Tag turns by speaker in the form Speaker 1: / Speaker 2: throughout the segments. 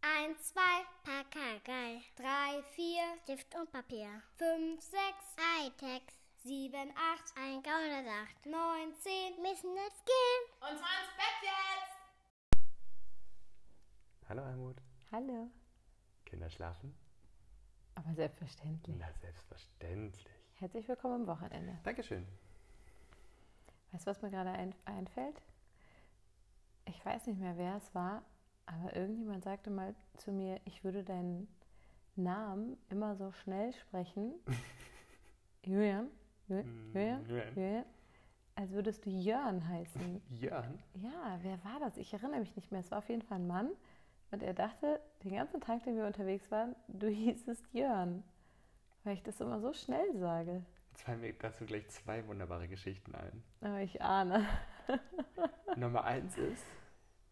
Speaker 1: 1, 2, Pakagei.
Speaker 2: 3, 4,
Speaker 1: Stift und Papier.
Speaker 2: 5, 6,
Speaker 1: Hightech.
Speaker 2: 7, 8,
Speaker 1: 1, 108.
Speaker 2: 9, 10.
Speaker 1: Müssen jetzt gehen.
Speaker 3: Und zwar ins Bett jetzt!
Speaker 4: Hallo Almut.
Speaker 5: Hallo.
Speaker 4: Kinder schlafen?
Speaker 5: Aber selbstverständlich.
Speaker 4: Na, selbstverständlich.
Speaker 5: Herzlich willkommen am Wochenende.
Speaker 4: Dankeschön.
Speaker 5: Weißt du, was mir gerade ein, einfällt? Ich weiß nicht mehr, wer es war, aber irgendjemand sagte mal zu mir, ich würde deinen Namen immer so schnell sprechen. Julian, Ju- Hm, Julian,
Speaker 4: Julian.
Speaker 5: Julian, als würdest du Jörn heißen.
Speaker 4: Jörn?
Speaker 5: Ja, wer war das? Ich erinnere mich nicht mehr. Es war auf jeden Fall ein Mann. Und er dachte, den ganzen Tag, den wir unterwegs waren, du hießest Jörn. Weil ich das immer so schnell sage.
Speaker 4: Jetzt fallen mir dazu gleich zwei wunderbare Geschichten ein.
Speaker 5: Aber Ah, ich ahne.
Speaker 4: Nummer eins ist,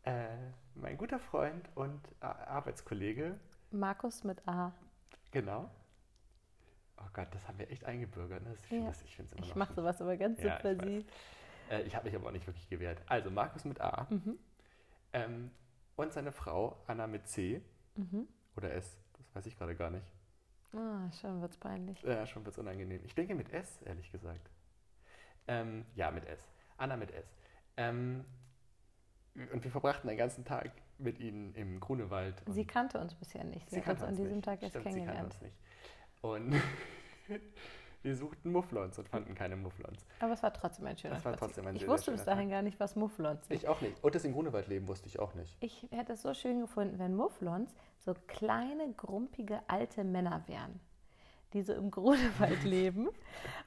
Speaker 4: äh, mein guter Freund und Ar- Arbeitskollege,
Speaker 5: Markus mit A.
Speaker 4: genau. Oh Gott, das haben wir echt eingebürgert. Ne? Das- Ich finde
Speaker 5: Ja.
Speaker 4: das- ich find's immer
Speaker 5: Ich
Speaker 4: noch
Speaker 5: mache sowas aber ganz
Speaker 4: Ja, ich weiß.
Speaker 5: subversiv.
Speaker 4: Äh, ich habe mich aber auch nicht wirklich gewehrt. Also Markus mit A
Speaker 5: Mhm.
Speaker 4: ähm, und seine Frau Anna mit C
Speaker 5: Mhm.
Speaker 4: oder S, das weiß ich gerade gar nicht.
Speaker 5: Ah, schon wird's peinlich.
Speaker 4: Ja, schon wird's unangenehm. Ich denke mit S, ehrlich gesagt. Ähm, ja, mit S. Anna mit S. Ähm, und wir verbrachten den ganzen Tag mit ihnen im Grunewald. und-
Speaker 5: Sie kannte uns bisher nicht. Sie, hat uns
Speaker 4: kannte
Speaker 5: an diesem
Speaker 4: nicht.
Speaker 5: Tag erst
Speaker 4: Stimmt,
Speaker 5: kennengelernt.
Speaker 4: Sie kannte uns nicht. Und wir suchten Mufflons und fanden keine Mufflons.
Speaker 5: Aber es war trotzdem ein schöner
Speaker 4: Das war
Speaker 5: Spaziergang.
Speaker 4: trotzdem ein
Speaker 5: Ich
Speaker 4: sehr,
Speaker 5: wusste
Speaker 4: sehr
Speaker 5: bis
Speaker 4: schöner
Speaker 5: dahin gar nicht, was Mufflons sind.
Speaker 4: Ich auch nicht. Und das im Grunewaldleben wusste ich auch nicht.
Speaker 5: Ich hätte es so schön gefunden, wenn Mufflons so kleine, grumpige, alte Männer wären, die so im Grunewald leben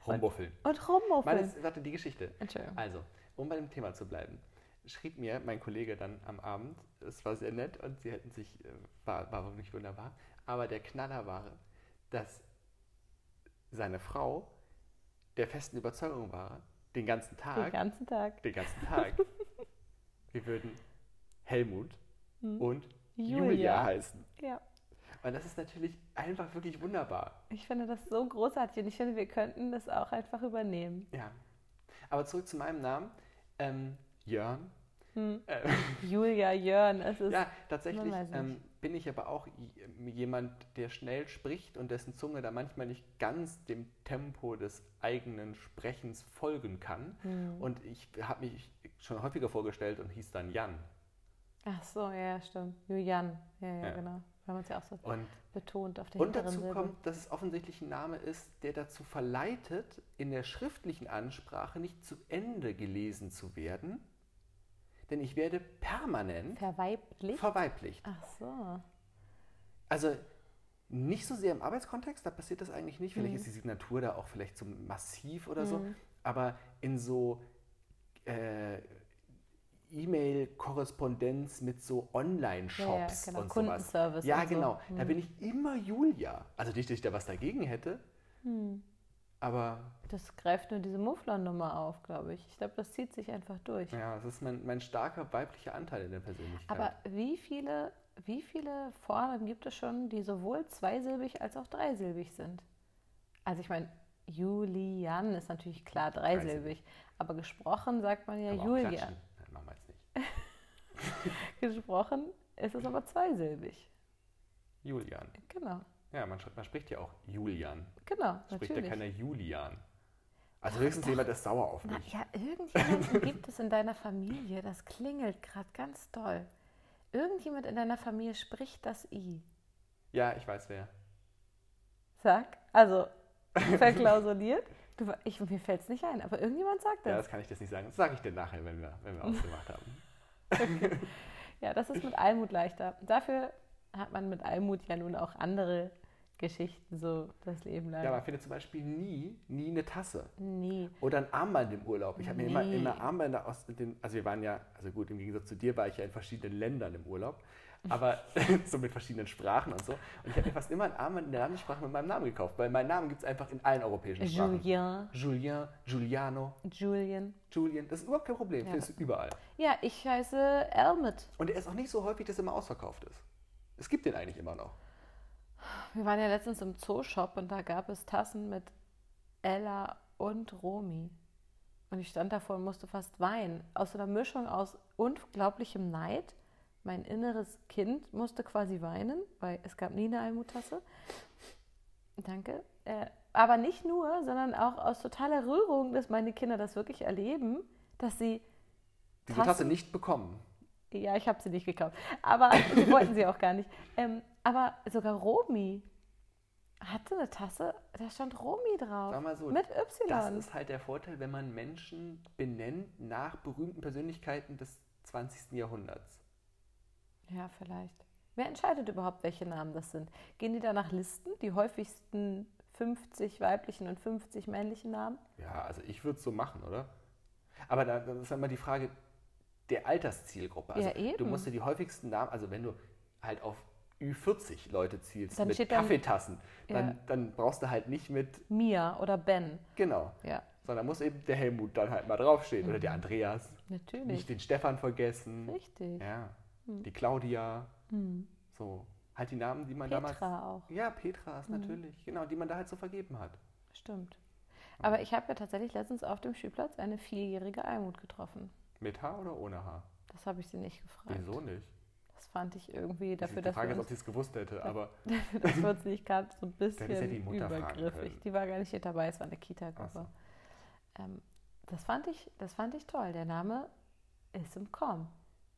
Speaker 4: Rumbuffeln.
Speaker 5: und rummuffeln.
Speaker 4: Meines, warte, die Geschichte.
Speaker 5: Entschuldigung.
Speaker 4: Also, um bei dem Thema zu bleiben, schrieb mir mein Kollege dann am Abend, es war sehr nett und sie hätten sich, äh, war, war wirklich wunderbar, aber der Knaller war, dass seine Frau der festen Überzeugung war, den ganzen Tag,
Speaker 5: Den ganzen Tag.
Speaker 4: den ganzen Tag, wir würden Helmut und Julia.
Speaker 5: Hm. Julia.
Speaker 4: heißen.
Speaker 5: Ja.
Speaker 4: Und das ist natürlich einfach wirklich wunderbar.
Speaker 5: Ich finde das so großartig und ich finde, wir könnten das auch einfach übernehmen.
Speaker 4: Ja. Aber zurück zu meinem Namen. Ähm, Jörn
Speaker 5: Julia, Jörn, es ist.
Speaker 4: Ja, tatsächlich
Speaker 5: weiß nicht.
Speaker 4: ähm, bin ich aber auch j- jemand, der schnell spricht und dessen Zunge da manchmal nicht ganz dem Tempo des eigenen Sprechens folgen kann.
Speaker 5: Hm.
Speaker 4: Und ich habe mich schon häufiger vorgestellt und hieß dann Jan.
Speaker 5: Ach so, ja, stimmt. Julian. Ja, ja,
Speaker 4: Ja.
Speaker 5: genau. Wir haben uns ja auch so
Speaker 4: Und,
Speaker 5: betont auf der
Speaker 4: und
Speaker 5: hinteren
Speaker 4: dazu
Speaker 5: Silbe.
Speaker 4: kommt, dass es offensichtlich ein Name ist, der dazu verleitet, in der schriftlichen Ansprache nicht zu Ende gelesen zu werden. Denn ich werde permanent
Speaker 5: Verweiblich.
Speaker 4: verweiblicht.
Speaker 5: Ach so.
Speaker 4: Also nicht so sehr im Arbeitskontext, da passiert das eigentlich nicht.
Speaker 5: Mhm.
Speaker 4: Vielleicht ist die Signatur da auch vielleicht so massiv oder so. Aber in so äh, E-Mail-Korrespondenz mit so Online-Shops
Speaker 5: Ja, ja,
Speaker 4: und
Speaker 5: genau.
Speaker 4: sowas.
Speaker 5: Kundenservice
Speaker 4: Ja,
Speaker 5: und so. Mhm.
Speaker 4: genau. Da bin ich immer Julia. Also nicht, dass ich da was dagegen hätte.
Speaker 5: Mhm.
Speaker 4: Aber
Speaker 5: Das greift nur diese Mufflon-Nummer auf, glaube ich. Ich glaube, das zieht sich einfach durch.
Speaker 4: ja, das ist mein, mein starker weiblicher Anteil in der Persönlichkeit.
Speaker 5: Aber wie viele, wie viele Vornamen gibt es schon, die sowohl zweisilbig als auch dreisilbig sind? Also ich meine, Julian ist natürlich klar dreisilbig, aber gesprochen sagt man ja
Speaker 4: Aber auch
Speaker 5: Julian.
Speaker 4: klatschen. Nein, machen wir jetzt nicht.
Speaker 5: Gesprochen ist es aber zweisilbig.
Speaker 4: Julian.
Speaker 5: Genau,
Speaker 4: Ja, man, schreibt- man spricht ja auch Julian.
Speaker 5: genau,
Speaker 4: spricht ja
Speaker 5: natürlich.
Speaker 4: keiner Julian. Also höchstens jemand ist sauer auf
Speaker 5: Na,
Speaker 4: mich.
Speaker 5: ja, irgendjemanden gibt es in deiner Familie, das klingelt gerade ganz doll. Irgendjemand in deiner Familie spricht das I.
Speaker 4: Ja, ich weiß wer.
Speaker 5: Sag, also verklausuliert. Du, ich, mir fällt es nicht ein, aber irgendjemand sagt
Speaker 4: Ja,
Speaker 5: das.
Speaker 4: das kann ich jetzt nicht sagen. Das sage ich dir nachher, wenn wir, wenn wir ausgemacht haben.
Speaker 5: Ja, das ist mit Almut leichter. Dafür hat man mit Almut ja nun auch andere Geschichten so das Leben lang.
Speaker 4: Ja, man findet zum Beispiel nie, nie eine Tasse.
Speaker 5: Nie.
Speaker 4: Oder ein Armband im Urlaub. Ich habe mir immer,
Speaker 5: Nee.
Speaker 4: immer Armbänder aus den. Also, wir waren ja, also gut, im Gegensatz zu dir war ich ja in verschiedenen Ländern im Urlaub. Aber so mit verschiedenen Sprachen und so. Und ich habe mir fast immer ein Armband in der Landessprache mit meinem Namen gekauft, weil meinen Namen gibt es einfach in allen europäischen Sprachen.
Speaker 5: Julien,
Speaker 4: Julien, Giuliano,
Speaker 5: Julian.
Speaker 4: Julian. Das ist überhaupt kein Problem. Findest du überall.
Speaker 5: Ja, ich heiße Elmut.
Speaker 4: Und er ist auch nicht so häufig, dass er immer ausverkauft ist. Es gibt den eigentlich immer noch.
Speaker 5: Wir waren ja letztens im Zooshop und da gab es Tassen mit Ella und Romy. Und ich stand davor und musste fast weinen. Aus so einer Mischung aus unglaublichem Neid Mein inneres Kind musste quasi weinen, weil es gab nie eine Almuttasse. Danke. Äh, aber nicht nur, sondern auch aus totaler Rührung, dass meine Kinder das wirklich erleben, dass sie
Speaker 4: Diese Tasse
Speaker 5: Tassen-
Speaker 4: nicht bekommen.
Speaker 5: ja, ich habe sie nicht gekauft. Aber sie wollten sie auch gar nicht. Ähm, aber sogar Romi hatte eine Tasse, da stand Romi drauf.
Speaker 4: Sag mal so,
Speaker 5: mit
Speaker 4: Das
Speaker 5: Y.
Speaker 4: ist halt der Vorteil, wenn man Menschen benennt nach berühmten Persönlichkeiten des 20. Jahrhunderts.
Speaker 5: Ja, vielleicht. Wer entscheidet überhaupt, welche Namen das sind? Gehen die da nach Listen, die häufigsten 50 weiblichen und 50 männlichen Namen?
Speaker 4: Ja, also ich würde es so machen, oder? Aber da, das ist immer die Frage der Alterszielgruppe. Also
Speaker 5: Ja, eben.
Speaker 4: du musst dir die häufigsten Namen, also wenn du halt auf Ü40 Leute zielst
Speaker 5: Dann
Speaker 4: mit
Speaker 5: steht dann-
Speaker 4: Kaffeetassen, dann,
Speaker 5: Ja.
Speaker 4: dann brauchst du halt nicht mit,
Speaker 5: Mia oder Ben.
Speaker 4: genau,
Speaker 5: Ja,
Speaker 4: sondern muss eben der Helmut dann halt mal
Speaker 5: Mhm.
Speaker 4: draufstehen oder der Andreas.
Speaker 5: natürlich.
Speaker 4: Nicht den Stefan vergessen.
Speaker 5: Richtig. Hm.
Speaker 4: Ja, die Claudia. So, halt die Namen, die man damals...
Speaker 5: Petra Hm. auch.
Speaker 4: Ja, Petra ist natürlich, genau, die man da halt so vergeben hat.
Speaker 5: Stimmt. Aber ich habe ja tatsächlich letztens auf dem Spielplatz eine vierjährige Almut getroffen.
Speaker 4: Mit Haar oder ohne Haar?
Speaker 5: Das habe ich sie nicht gefragt.
Speaker 4: Wieso nicht?
Speaker 5: Das fand ich irgendwie dafür,
Speaker 4: die
Speaker 5: dass
Speaker 4: Frage
Speaker 5: wir,
Speaker 4: ist, ob
Speaker 5: uns,
Speaker 4: sie es gewusst hätte, aber
Speaker 5: dafür, dass wir uns nicht gab, so ein bisschen
Speaker 4: ja die Mutter fragen
Speaker 5: übergriffig.
Speaker 4: können.
Speaker 5: Die war gar nicht mit dabei, es war eine
Speaker 4: Ach so.
Speaker 5: Kita-Gruppe. Ähm, das, fand ich, das fand ich toll. Der Name ist im Kommen.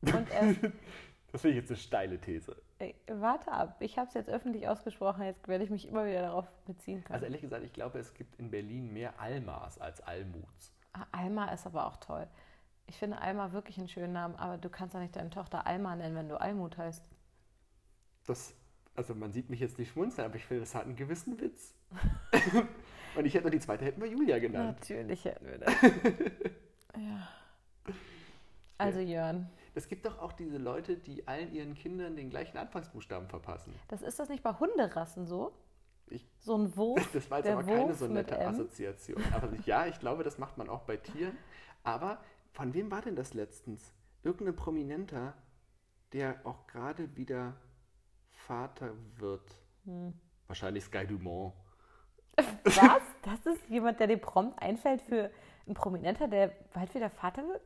Speaker 5: Und er ist,
Speaker 4: das finde ich jetzt eine steile These.
Speaker 5: ey, warte ab, ich habe es jetzt öffentlich ausgesprochen, jetzt werde ich mich immer wieder darauf beziehen können.
Speaker 4: Also ehrlich gesagt, ich glaube, es gibt in Berlin mehr Almas als Almuts.
Speaker 5: Ah, Alma ist aber auch toll. Ich finde Alma wirklich einen schönen Namen, aber du kannst ja nicht deine Tochter Alma nennen, wenn du Almut heißt.
Speaker 4: Das, also man sieht mich jetzt nicht schmunzeln, aber ich finde, das hat einen gewissen Witz. Und ich hätte die zweite hätten wir Julia genannt.
Speaker 5: Natürlich hätten wir das. ja. Also Jörn,
Speaker 4: Es gibt doch auch diese Leute, die allen ihren Kindern den gleichen Anfangsbuchstaben verpassen.
Speaker 5: das ist das nicht bei Hunderassen so?
Speaker 4: Ich-
Speaker 5: so ein Wurf,
Speaker 4: Das war jetzt
Speaker 5: der
Speaker 4: aber
Speaker 5: Wurf
Speaker 4: keine so
Speaker 5: mit
Speaker 4: nette
Speaker 5: M.
Speaker 4: Assoziation. Aber ja, ich glaube, das macht man auch bei Tieren. Aber von wem war denn das letztens? Irgendein Prominenter, der auch gerade wieder Vater wird.
Speaker 5: Hm.
Speaker 4: Wahrscheinlich Sky Dumont.
Speaker 5: Was? Das ist jemand, der dir prompt einfällt für einen Prominenter, der bald wieder Vater wird?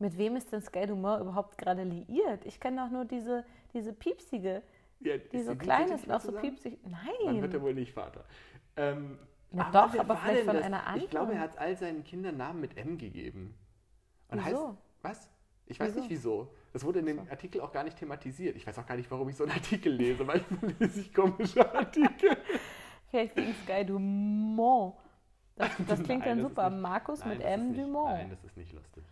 Speaker 5: Mit wem ist denn Sky Dumont überhaupt gerade liiert? Ich kenne doch nur diese, diese piepsige,
Speaker 4: Ja,
Speaker 5: die
Speaker 4: ist
Speaker 5: so
Speaker 4: die
Speaker 5: klein
Speaker 4: wirklich
Speaker 5: ist und auch so
Speaker 4: zusammen?
Speaker 5: piepsig.
Speaker 4: Dann wird
Speaker 5: Nein,
Speaker 4: er wohl nicht Vater. Ähm,
Speaker 5: Na doch,
Speaker 4: wer
Speaker 5: aber
Speaker 4: war denn
Speaker 5: vielleicht von einer
Speaker 4: Ich glaube,
Speaker 5: anderen.
Speaker 4: er hat all seinen Kindern Namen mit M gegeben. Und
Speaker 5: Wieso?
Speaker 4: heißt. Was? Ich weiß
Speaker 5: Wieso?
Speaker 4: nicht wieso. Das wurde in dem Artikel auch gar nicht thematisiert. Ich weiß auch gar nicht, warum ich so einen Artikel lese, weil ich lese ich komische Artikel.
Speaker 5: vielleicht wegen Sky Dumont. Das, das klingt
Speaker 4: Nein, das
Speaker 5: dann
Speaker 4: ist
Speaker 5: super.
Speaker 4: nicht-
Speaker 5: Markus
Speaker 4: Nein,
Speaker 5: mit
Speaker 4: das ist
Speaker 5: M
Speaker 4: nicht-
Speaker 5: Dumont.
Speaker 4: Nein, das ist nicht lustig.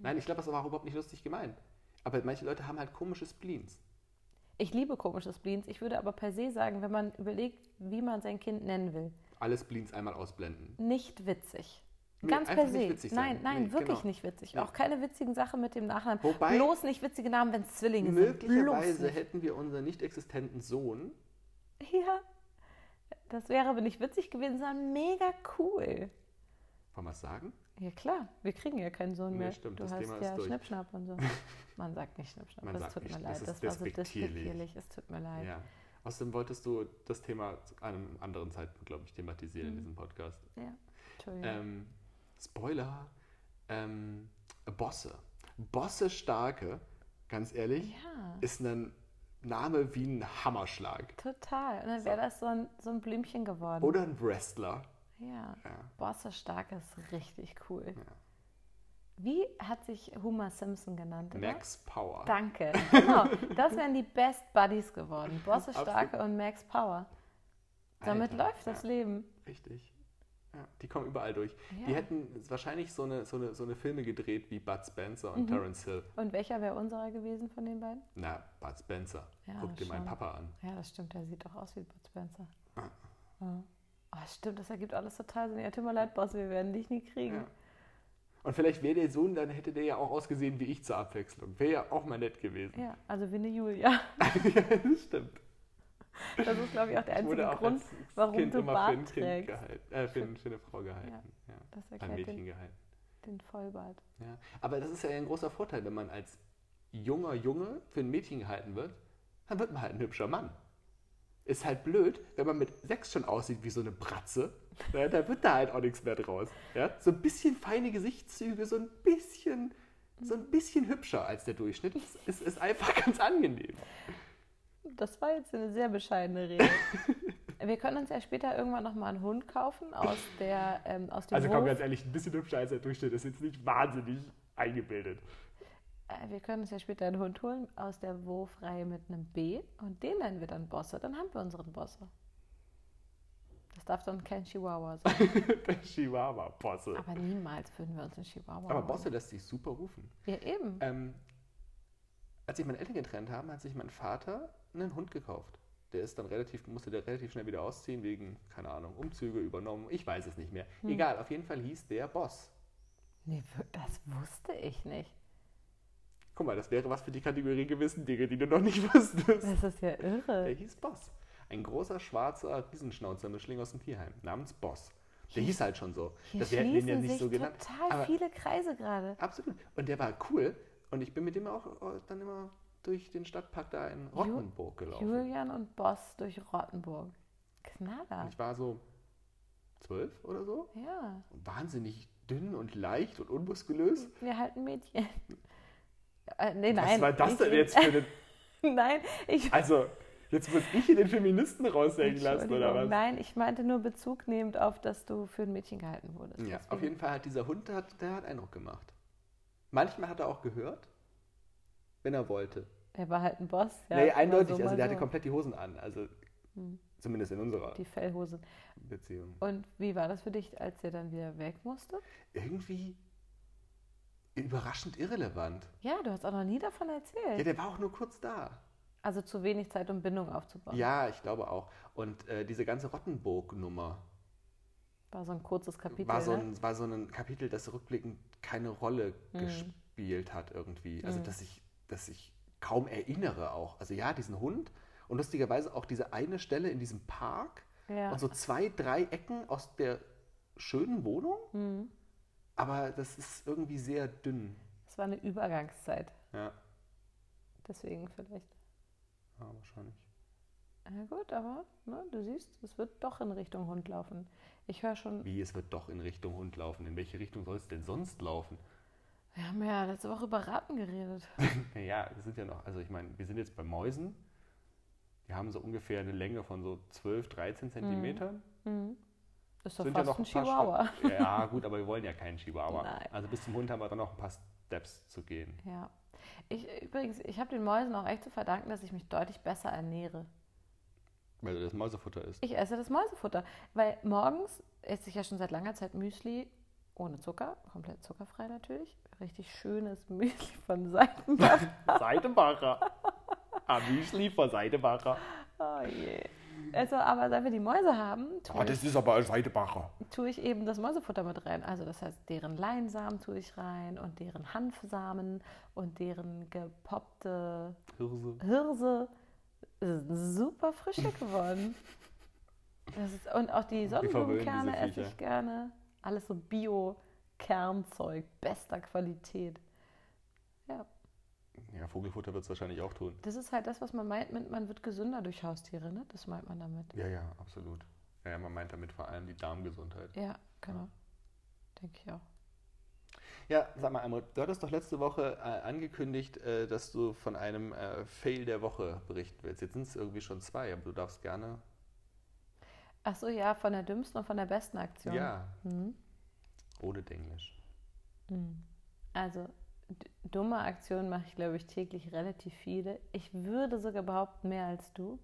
Speaker 4: Nein, ich glaube, das war auch überhaupt nicht lustig gemeint. Aber manche Leute haben halt komische Spleens.
Speaker 5: Ich liebe komische Spleens. Ich würde aber per se sagen, wenn man überlegt, wie man sein Kind nennen will,
Speaker 4: Alle Spleens einmal ausblenden.
Speaker 5: nicht witzig.
Speaker 4: Nee,
Speaker 5: Ganz
Speaker 4: einfach
Speaker 5: per
Speaker 4: nicht
Speaker 5: se.
Speaker 4: witzig sein.
Speaker 5: nein, nein,
Speaker 4: Nee,
Speaker 5: wirklich
Speaker 4: genau.
Speaker 5: nicht witzig.
Speaker 4: Nee.
Speaker 5: Auch keine witzigen Sachen mit dem Nachnamen.
Speaker 4: Wobei-
Speaker 5: Bloß nicht witzige Namen, wenn es Zwillinge sind. Bloß
Speaker 4: Möglicherweise
Speaker 5: nicht.
Speaker 4: hätten wir unseren nicht existenten Sohn
Speaker 5: Ja. Das wäre aber nicht witzig gewesen, sondern mega cool.
Speaker 4: Kann man es sagen?
Speaker 5: Ja klar, wir kriegen ja keinen Sohn
Speaker 4: Nee,
Speaker 5: mehr.
Speaker 4: stimmt,
Speaker 5: du
Speaker 4: das
Speaker 5: hast
Speaker 4: Thema ist
Speaker 5: ja
Speaker 4: durch.
Speaker 5: Schnippschnapp und so. Man sagt nicht Schnippschnapp,
Speaker 4: Man
Speaker 5: das
Speaker 4: sagt
Speaker 5: tut
Speaker 4: nicht,
Speaker 5: mir
Speaker 4: das
Speaker 5: leid.
Speaker 4: ist
Speaker 5: Das war so
Speaker 4: despektierlich.
Speaker 5: despektierlich, es tut mir leid.
Speaker 4: Ja. Außerdem wolltest du das Thema zu einem anderen Zeitpunkt, glaube ich, thematisieren in diesem Podcast.
Speaker 5: Mhm. Ja. Entschuldigung.
Speaker 4: Ähm, Spoiler: ähm, Bosse. Bosse Starke, ganz ehrlich,
Speaker 5: Ja.
Speaker 4: ist ein Name wie ein Hammerschlag.
Speaker 5: Total. Und dann wäre das so ein, so ein Blümchen geworden.
Speaker 4: Oder ein Wrestler.
Speaker 5: Ja.
Speaker 4: Ja.
Speaker 5: Bosse Stark ist richtig cool.
Speaker 4: Ja.
Speaker 5: Wie hat sich Homer Simpson genannt? Oder?
Speaker 4: Max Power.
Speaker 5: Danke. Genau. Das wären die Best Buddies geworden. Bosse
Speaker 4: Absolut.
Speaker 5: Starke und Max Power. Damit
Speaker 4: Alter,
Speaker 5: läuft das
Speaker 4: ja.
Speaker 5: Leben.
Speaker 4: Richtig. Ja, die kommen überall durch.
Speaker 5: Ja.
Speaker 4: Die hätten wahrscheinlich so eine, so, eine, so eine Filme gedreht wie Bud Spencer
Speaker 5: Mhm.
Speaker 4: und Terence Hill.
Speaker 5: Und welcher wäre unserer gewesen von den beiden?
Speaker 4: Na, Bud Spencer.
Speaker 5: Ja,
Speaker 4: Guck dir meinen
Speaker 5: schon.
Speaker 4: Papa an.
Speaker 5: Ja, das stimmt. Der sieht doch aus wie Bud Spencer. Ja. Oh, stimmt. Das ergibt alles total Sinn. Ja, tut mir leid, Boss. Wir werden dich nie kriegen.
Speaker 4: Ja. Und vielleicht wäre der Sohn, dann hätte der ja auch ausgesehen wie ich zur Abwechslung. Wäre ja auch mal nett gewesen.
Speaker 5: ja also wie eine Julia.
Speaker 4: ja, das stimmt.
Speaker 5: Das ist, glaube ich, auch der
Speaker 4: Ich wurde
Speaker 5: einzige
Speaker 4: auch
Speaker 5: Grund,
Speaker 4: als
Speaker 5: warum
Speaker 4: kind
Speaker 5: du
Speaker 4: immer
Speaker 5: Bart
Speaker 4: für ein Kind
Speaker 5: trägst.
Speaker 4: gehalten. Äh, für, ein- für eine Frau gehalten. Ja.
Speaker 5: Das
Speaker 4: Ein
Speaker 5: erklärt
Speaker 4: Mädchen
Speaker 5: den,
Speaker 4: gehalten.
Speaker 5: den Vollbart.
Speaker 4: Ja. Aber das ist ja ein großer Vorteil, wenn man als junger Junge für ein Mädchen gehalten wird, dann wird man halt ein hübscher Mann. Ist halt blöd, wenn man mit sechs schon aussieht wie so eine Bratze, ne, ja, da wird da halt auch nichts mehr draus. Ja? So ein bisschen feine Gesichtszüge, so ein bisschen so ein bisschen hübscher als der Durchschnitt. Es ist, ist einfach ganz angenehm.
Speaker 5: Das war jetzt eine sehr bescheidene Rede. Wir können uns ja später irgendwann nochmal einen Hund kaufen aus, der, ähm, aus dem
Speaker 4: Also komm,
Speaker 5: Hof.
Speaker 4: ganz ehrlich, ein bisschen hübscher als der Durchschnitt ist jetzt nicht wahnsinnig eingebildet.
Speaker 5: Äh, Wir können uns ja später einen Hund holen aus der Wurfreihe mit einem B und den nennen wir dann Bosse. Dann haben wir unseren Bosse. Das darf dann kein Chihuahua sein.
Speaker 4: Der Chihuahua-Bosse.
Speaker 5: Aber niemals würden wir uns einen Chihuahua
Speaker 4: Aber
Speaker 5: holen.
Speaker 4: Bosse lässt sich super rufen.
Speaker 5: Ja, eben.
Speaker 4: Ähm, als sich meine Eltern getrennt haben, hat sich mein Vater einen Hund gekauft. Der ist dann relativ, musste der relativ schnell wieder ausziehen, wegen, keine Ahnung, Umzüge übernommen. Ich weiß es nicht mehr.
Speaker 5: Hm.
Speaker 4: Egal, auf jeden Fall hieß der Boss.
Speaker 5: Nee, wir- das wusste ich nicht.
Speaker 4: Guck mal, das wäre was für die Kategorie gewesen, Dinge, die du noch nicht wusstest.
Speaker 5: Das ist ja
Speaker 4: Der
Speaker 5: irre.
Speaker 4: hieß Boss. Ein großer, schwarzer Riesenschnauzer-Mischling aus dem Tierheim namens Boss. Der hieß halt schon so.
Speaker 5: Hier
Speaker 4: wär- den
Speaker 5: schließen
Speaker 4: ja
Speaker 5: sich total
Speaker 4: aber-
Speaker 5: viele Kreise gerade.
Speaker 4: Absolut. Und der war cool. Und ich bin mit dem auch äh, dann immer durch den Stadtpark da in Rottenburg gelaufen.
Speaker 5: Julian und Boss durch Rottenburg.
Speaker 4: Und
Speaker 5: Knaller.
Speaker 4: ich war so zwölf oder so.
Speaker 5: Ja,
Speaker 4: Und wahnsinnig dünn und leicht und unmuskulös.
Speaker 5: wir halten Mädchen. Äh, nee,
Speaker 4: Was
Speaker 5: nein.
Speaker 4: war das
Speaker 5: ich-
Speaker 4: denn jetzt für eine...
Speaker 5: Nein, ich
Speaker 4: Also, jetzt muss ich hier den Feministen raushängen lassen, oder
Speaker 5: Entschuldigung,
Speaker 4: was?
Speaker 5: Nein, ich meinte nur Bezug nehmend auf, dass du für ein Mädchen gehalten wurdest.
Speaker 4: Ja,
Speaker 5: Deswegen-
Speaker 4: auf jeden Fall hat dieser Hund, der hat, der hat Eindruck gemacht. Manchmal hat er auch gehört, wenn er wollte.
Speaker 5: Er war halt ein Boss. Ja,
Speaker 4: nee,
Speaker 5: mal
Speaker 4: eindeutig.
Speaker 5: so, mal
Speaker 4: also, der hatte
Speaker 5: so. Hm.
Speaker 4: komplett die Hosen an. Also, zumindest in unserer
Speaker 5: die Fellhose.
Speaker 4: Beziehung.
Speaker 5: Und wie war das für dich, als er dann wieder weg musste?
Speaker 4: irgendwie überraschend irrelevant.
Speaker 5: Ja, du hast auch noch nie davon
Speaker 4: Ja,
Speaker 5: erzählt.
Speaker 4: der war auch nur kurz da.
Speaker 5: also zu wenig Zeit, um Bindung aufzubauen.
Speaker 4: Ja, ich glaube auch. Und äh, diese ganze Rottenburg-Nummer
Speaker 5: War so ein kurzes Kapitel.
Speaker 4: war, so
Speaker 5: ne? Mhm.
Speaker 4: ein- war so ein Kapitel, das rückblickend keine Rolle gespielt hat irgendwie. Also, dass ich, dass ich kaum erinnere auch. Also ja, diesen Hund und lustigerweise auch diese eine Stelle in diesem Park
Speaker 5: Ja.
Speaker 4: und so zwei, drei Ecken aus der schönen Wohnung.
Speaker 5: Hm.
Speaker 4: Aber das ist irgendwie sehr dünn.
Speaker 5: Es war eine Übergangszeit.
Speaker 4: Ja,
Speaker 5: Deswegen vielleicht.
Speaker 4: ja wahrscheinlich.
Speaker 5: Na gut, aber ne, du siehst, es wird doch in Richtung Hund laufen. Ich höre schon,
Speaker 4: Wie, es wird doch in Richtung Hund laufen. In welche Richtung soll es denn sonst laufen?
Speaker 5: wir haben ja letzte Woche über Ratten geredet.
Speaker 4: Naja, das sind ja noch, also ich meine, wir sind jetzt bei Mäusen. Die haben so ungefähr eine Länge von so 12, 13 Zentimetern.
Speaker 5: Das ist Mhm. doch
Speaker 4: Mhm. Sind ja
Speaker 5: fast
Speaker 4: noch
Speaker 5: ein
Speaker 4: ein paar
Speaker 5: Chihuahua.
Speaker 4: Schritte- Ja, gut, aber wir wollen ja keinen Chihuahua.
Speaker 5: Nein.
Speaker 4: Also bis zum Hund haben wir dann noch ein paar Steps zu gehen.
Speaker 5: Ja. Ich, übrigens, ich habe den Mäusen auch echt zu verdanken, dass ich mich deutlich besser ernähre.
Speaker 4: Weil das Mäusefutter ist.
Speaker 5: Ich esse das Mäusefutter, weil morgens esse ich ja schon seit langer Zeit Müsli ohne Zucker, komplett zuckerfrei natürlich. Richtig schönes Müsli von Seitenbach.
Speaker 4: Seidenbacher. Am Müsli von Seidenbacher.
Speaker 5: Oh je. Also, aber seit wir die Mäuse haben, tue, ich,
Speaker 4: Oh, ist aber ein Seidenbacher.
Speaker 5: tue ich eben das Mäusefutter mit rein. Also das heißt, deren Leinsamen tue ich rein und deren Hanfsamen und deren gepoppte
Speaker 4: Hirse.
Speaker 5: Hirse Das ist ein super Frühstück geworden. Das ist, und auch die Sonnenblumenkerne
Speaker 4: verwöhnen diese
Speaker 5: esse ich gerne. Alles so Bio-Kernzeug, bester Qualität. Ja,
Speaker 4: Ja, Vogelfutter wird es wahrscheinlich auch tun.
Speaker 5: das ist halt das, was man meint mit, man wird gesünder durch Haustiere, ne? Das meint man damit.
Speaker 4: Ja, ja, absolut. Ja, ja, man meint damit vor allem die Darmgesundheit.
Speaker 5: Ja, genau. Denke ich auch.
Speaker 4: Ja, sag mal, Amrit, du hattest doch letzte Woche äh, angekündigt, äh, dass du von einem äh, Fail der Woche berichten willst. Jetzt sind es irgendwie schon zwei, aber du darfst gerne.
Speaker 5: Ach so, ja, von der dümmsten und von der besten Aktion.
Speaker 4: Ja.
Speaker 5: Mhm.
Speaker 4: Ohne Denglisch.
Speaker 5: Also d- dumme Aktionen mache ich, glaube ich, täglich relativ viele. Ich würde sogar behaupten, mehr als du.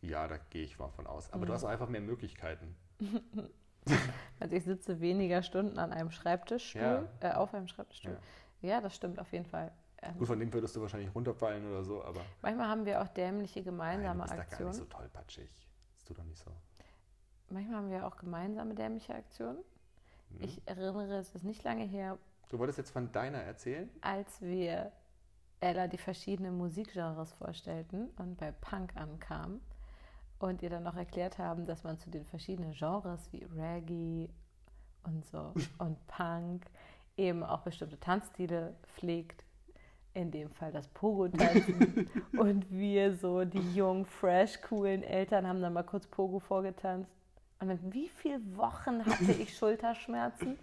Speaker 4: Ja, da gehe ich mal von aus.
Speaker 5: Mhm.
Speaker 4: Aber du hast auch einfach mehr Möglichkeiten.
Speaker 5: Also ich sitze weniger Stunden an einem Schreibtischstuhl, äh, auf einem Schreibtischstuhl. Ja. das stimmt auf jeden Fall. Ähm,
Speaker 4: Gut, von dem würdest du wahrscheinlich runterfallen oder so, aber
Speaker 5: manchmal haben wir auch dämliche
Speaker 4: nein, du
Speaker 5: gemeinsame
Speaker 4: bist da gar
Speaker 5: Aktionen.
Speaker 4: nicht so tollpatschig. Das tut doch nicht so. Mhm.
Speaker 5: Manchmal haben wir auch gemeinsame dämliche Aktionen. Ich erinnere, es ist nicht lange her,
Speaker 4: Du wolltest jetzt von deiner erzählen?
Speaker 5: als wir Ella die verschiedenen Musikgenres vorstellten und bei Punk ankamen und ihr dann noch erklärt haben, dass man zu den verschiedenen Genres wie Reggae und so und Punk eben auch bestimmte Tanzstile pflegt. In dem Fall das Pogo-Tanzen. und wir so, die jungen, fresh, coolen Eltern haben dann mal kurz Pogo vorgetanzt. Und mit wie vielen Wochen hatte ich Schulterschmerzen?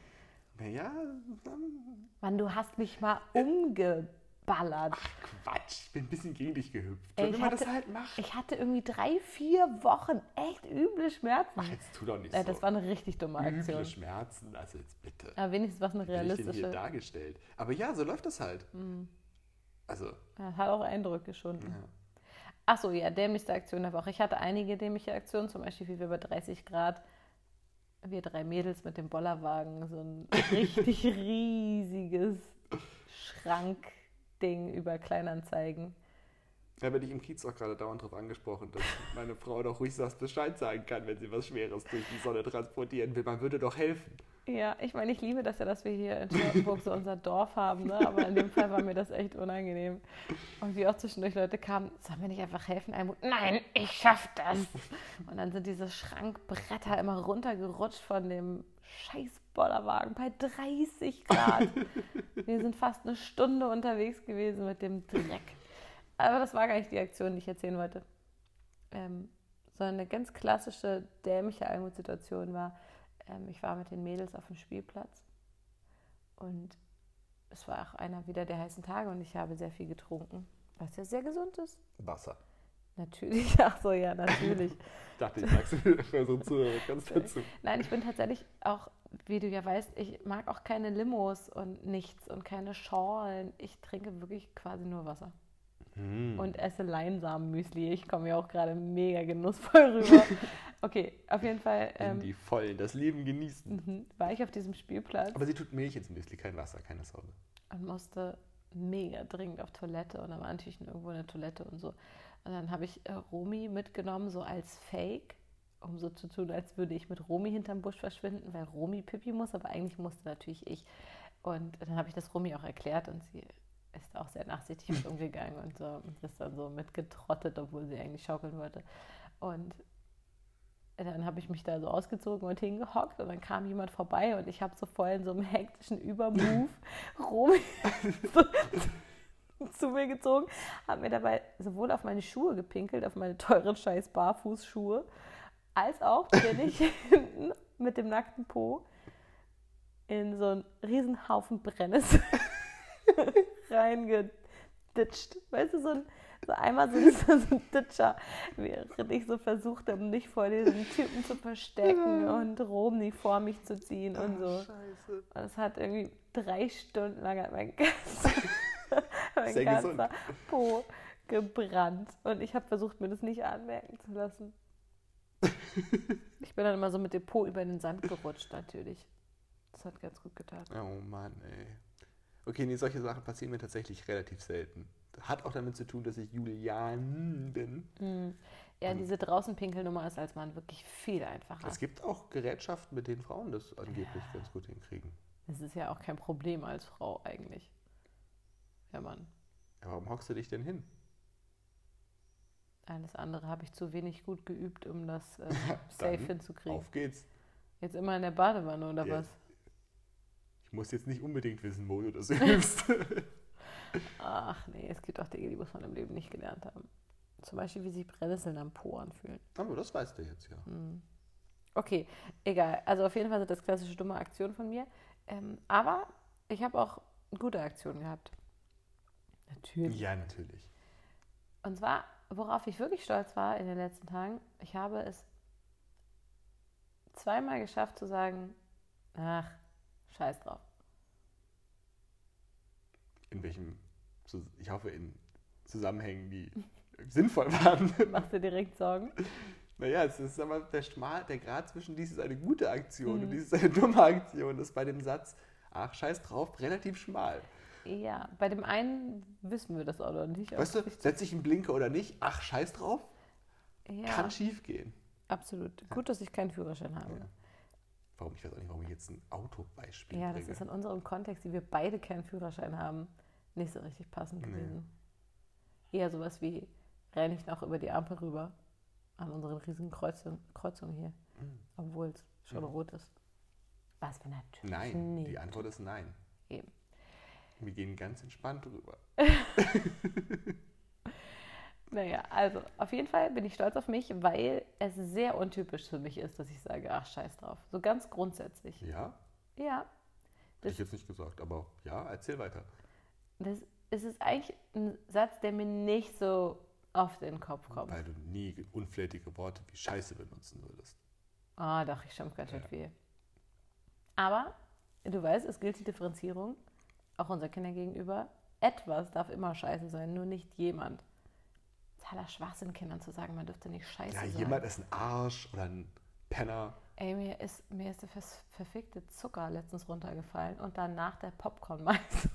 Speaker 4: Naja,
Speaker 5: Mann, du hast mich mal umgeballert.
Speaker 4: Quatsch, ich bin ein bisschen gegen dich gehüpft.
Speaker 5: Ey,
Speaker 4: Wenn
Speaker 5: ich
Speaker 4: man das
Speaker 5: hatte-
Speaker 4: halt macht.
Speaker 5: Ich hatte irgendwie drei, vier Wochen echt üble Schmerzen.
Speaker 4: Ach, jetzt tu doch nicht
Speaker 5: Äh,
Speaker 4: so.
Speaker 5: das war eine richtig dumme
Speaker 4: üble
Speaker 5: Aktion.
Speaker 4: Schmerzen, also jetzt bitte.
Speaker 5: Aber wenigstens war es eine
Speaker 4: Wie hab ich denn hier
Speaker 5: realistische. Hm.
Speaker 4: dargestellt. Aber ja, so läuft das halt. Also,
Speaker 5: Ja, hat auch Eindruck geschunden.
Speaker 4: Ja.
Speaker 5: Ach so, ja, dämlichste Aktion der Woche. Ich hatte einige dämliche Aktionen, zum Beispiel, wie wir bei 30 Grad, wir drei Mädels mit dem Bollerwagen, so ein richtig riesiges Schrankding über Kleinanzeigen.
Speaker 4: da werde ich im Kiez auch gerade dauernd drauf angesprochen, dass meine Frau doch ruhig sagt, Bescheid sagen kann, wenn sie was Schweres durch die Sonne transportieren will. Man würde doch helfen.
Speaker 5: Ja, ich meine, ich liebe das ja, dass wir hier in Charlottenburg so unser Dorf haben, ne? aber in dem Fall war mir das echt unangenehm. Und wie auch zwischendurch Leute kamen, sollen wir nicht einfach helfen? Almut, nein, ich schaff das. Und dann sind diese Schrankbretter immer runtergerutscht von dem scheiß Bollerwagen bei 30 Grad. Wir sind fast eine Stunde unterwegs gewesen mit dem Dreck. Aber das war gar nicht die Aktion, die ich erzählen wollte. Ähm, sondern eine ganz klassische dämliche Almut-Situation war, ähm, ich war mit den Mädels auf dem Spielplatz und es war auch einer wieder der heißen Tage und ich habe sehr viel getrunken, was ja sehr gesund ist.
Speaker 4: Wasser.
Speaker 5: Natürlich, ach so, ja, natürlich.
Speaker 4: Dachte ich, sagst du für so Zuhörer ganz dazu.
Speaker 5: Nein, ich bin tatsächlich auch, wie du ja weißt, ich mag auch keine Limos und nichts und keine Schorlen. Ich trinke wirklich quasi nur Wasser.
Speaker 4: Hm. Mhm.
Speaker 5: Und esse Leinsamen-Müsli. Ich komme ja auch gerade mega genussvoll rüber. Okay, auf jeden Fall
Speaker 4: In
Speaker 5: ähm,
Speaker 4: die Vollen, das Leben genießen.
Speaker 5: mhm, war ich auf diesem Spielplatz
Speaker 4: Aber sie tut Milch ins Müsli, kein Wasser, keine Sorge.
Speaker 5: und musste mega dringend auf Toilette. Und dann war natürlich irgendwo eine Toilette und so. Und dann habe ich äh, Romy mitgenommen, so als Fake, um so zu tun, als würde ich mit Romy hinterm Busch verschwinden, weil Romy pipi muss, aber eigentlich musste natürlich ich. Und dann habe ich das Romy auch erklärt und sie ist auch sehr nachsichtig mit umgegangen und so und ist dann so mitgetrottet, obwohl sie eigentlich schaukeln wollte. Und dann habe ich mich da so ausgezogen und hingehockt und dann kam jemand vorbei und ich habe so voll in so einem hektischen Übermove Romy so zu mir gezogen, habe mir dabei sowohl auf meine Schuhe gepinkelt, auf meine teuren scheiß Barfußschuhe, als auch bin ich hinten mit dem nackten Po in so einen riesen Haufen Brennnessel reingeditscht. Weißt du, so, ein, so einmal so, so ein Ditscher, während ich so versucht habe, mich vor diesen Typen zu verstecken und Romney vor mich zu ziehen und so.
Speaker 4: Scheiße.
Speaker 5: Und es hat irgendwie drei Stunden lang hat mein ganzer, mein
Speaker 4: Sehr
Speaker 5: ganzer
Speaker 4: gesund.
Speaker 5: Po gebrannt. Und ich habe versucht, mir das nicht anmerken zu lassen. ich bin dann immer so mit dem Po über den Sand gerutscht, natürlich. Das hat ganz gut getan.
Speaker 4: Oh Mann, ey. Okay, nee, solche Sachen passieren mir tatsächlich relativ selten. Hat auch damit zu tun, dass ich Julian bin.
Speaker 5: Ja,
Speaker 4: Ähm,
Speaker 5: diese Draußenpinkelnummer ist als Mann wirklich viel einfacher.
Speaker 4: Es gibt auch Gerätschaften, mit denen Frauen das angeblich ganz gut hinkriegen.
Speaker 5: Das ist ja auch kein Problem als Frau eigentlich. Ja, Mann.
Speaker 4: Ja, warum hockst du dich denn hin?
Speaker 5: Alles andere habe ich zu wenig gut geübt, um das ähm, safe
Speaker 4: Dann
Speaker 5: hinzukriegen.
Speaker 4: Auf geht's.
Speaker 5: Jetzt immer in der Badewanne oder
Speaker 4: Ja.
Speaker 5: was?
Speaker 4: Ich muss jetzt nicht unbedingt wissen, wo du das übst.
Speaker 5: Ach nee, es gibt auch Dinge, die muss man im Leben nicht gelernt haben. Zum Beispiel, wie sich Brennnesseln am Po anfühlen.
Speaker 4: Aber das weißt du jetzt ja.
Speaker 5: Okay, egal. Also auf jeden Fall sind das klassische dumme Aktionen von mir. Ähm, aber ich habe auch gute Aktionen gehabt. Natürlich.
Speaker 4: Ja, natürlich.
Speaker 5: Und zwar, worauf ich wirklich stolz war in den letzten Tagen, ich habe es zweimal geschafft zu sagen, ach, scheiß drauf.
Speaker 4: In welchem, Zus- ich hoffe, in Zusammenhängen, die sinnvoll waren.
Speaker 5: Machst du direkt Sorgen?
Speaker 4: Naja, es ist aber der, Schmal, der Grad zwischen dies ist eine gute Aktion und dies ist eine dumme Aktion, ist bei dem Satz, ach, scheiß drauf, relativ schmal.
Speaker 5: Ja, bei dem einen wissen wir das auch noch nicht.
Speaker 4: Weißt du, setze ich einen Blinker oder nicht, ach, scheiß drauf,
Speaker 5: ja.
Speaker 4: kann schief gehen.
Speaker 5: Absolut. Gut, dass ich keinen Führerschein habe.
Speaker 4: Warum, ich weiß auch nicht, warum ich jetzt ein Autobeispiel
Speaker 5: Ja, das
Speaker 4: bringe.
Speaker 5: ist in unserem Kontext, wie wir beide keinen Führerschein haben, nicht so richtig passend gewesen. Eher sowas wie, renne ich noch über die Ampel rüber an unseren riesigen Kreuzung, Kreuzung hier,
Speaker 4: Hm.
Speaker 5: obwohl es schon rot ist. Was wir natürlich
Speaker 4: nein,
Speaker 5: nicht.
Speaker 4: die Antwort ist nein.
Speaker 5: Eben.
Speaker 4: Wir gehen ganz entspannt drüber.
Speaker 5: Naja, also auf jeden Fall bin ich stolz auf mich, weil es sehr untypisch für mich ist, dass ich sage, ach scheiß drauf. So ganz grundsätzlich.
Speaker 4: Ja,
Speaker 5: Ja. Das-
Speaker 3: ich jetzt nicht gesagt, aber ja, erzähl weiter.
Speaker 5: Das es ist eigentlich ein Satz, der mir nicht so oft in den Kopf kommt.
Speaker 3: Weil du nie ge- unflätige Worte wie Scheiße benutzen würdest.
Speaker 5: Ah, doch, ich schimpfe ganz schön viel. Aber du weißt, es gilt die Differenzierung, auch unseren Kindern gegenüber. Etwas darf immer scheiße sein, nur nicht jemand. Totaler Schwachsinn, Kindern zu sagen, man dürfte nicht scheiße
Speaker 3: Ja,
Speaker 5: sein.
Speaker 3: jemand ist ein Arsch oder ein Penner.
Speaker 5: Ey, mir ist, mir ist der vers- verfickte Zucker letztens runtergefallen und danach der Popcorn-Mais.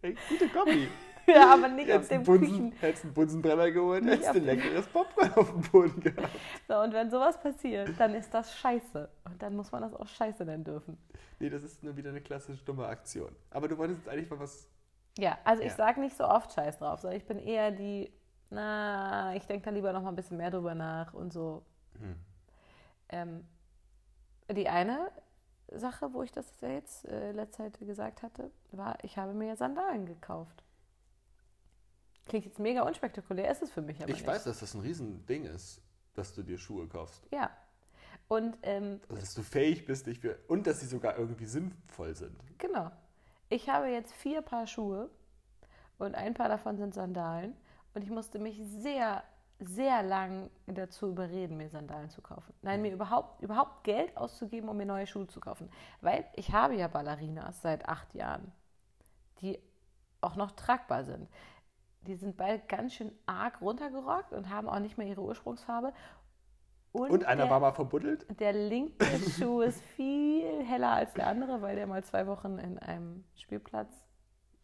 Speaker 4: Ey, gute Kombi.
Speaker 5: ja, aber nicht auf
Speaker 4: Hättest
Speaker 5: dem
Speaker 4: einen,
Speaker 5: Küchen.
Speaker 4: Bunsen, hättest einen Bunsenbrenner geholt,
Speaker 5: Nicht
Speaker 4: hättest
Speaker 5: auf
Speaker 4: ein
Speaker 5: dem-
Speaker 4: leckeres Popcorn auf dem Boden gehabt.
Speaker 5: So, und wenn sowas passiert, dann ist das scheiße. Und dann muss man das auch scheiße nennen dürfen.
Speaker 4: Nee, das ist nur wieder eine klassische dumme Aktion. Aber du wolltest jetzt eigentlich mal was.
Speaker 5: Ja, also ich
Speaker 4: Ja.
Speaker 5: sag nicht so oft Scheiß drauf, sondern ich bin eher die, na, ich denke da lieber noch mal ein bisschen mehr drüber nach und so. Ähm, die eine Sache, wo ich das ja jetzt äh, letzte Zeit gesagt hatte, war, ich habe mir Sandalen gekauft. Klingt jetzt mega unspektakulär, ist es für mich aber
Speaker 3: Ich
Speaker 5: nicht.
Speaker 3: weiß, dass das ein Riesending ist, dass du dir Schuhe kaufst.
Speaker 5: Ja. Und ähm,
Speaker 3: Also, dass du fähig bist, dich für. Und dass sie sogar irgendwie sinnvoll sind.
Speaker 5: Genau. Ich habe jetzt vier Paar Schuhe und ein paar davon sind Sandalen. Und ich musste mich sehr, sehr lang dazu überreden, mir Sandalen zu kaufen. Nein, mir überhaupt, überhaupt Geld auszugeben, um mir neue Schuhe zu kaufen. Weil ich habe ja Ballerinas seit acht Jahren, die auch noch tragbar sind. Die sind beide ganz schön arg runtergerockt und haben auch nicht mehr ihre Ursprungsfarbe.
Speaker 4: Und einer
Speaker 5: der-
Speaker 4: war mal verbuddelt?
Speaker 5: der linke Schuh ist viel heller als der andere, weil der mal zwei Wochen in einem Spielplatz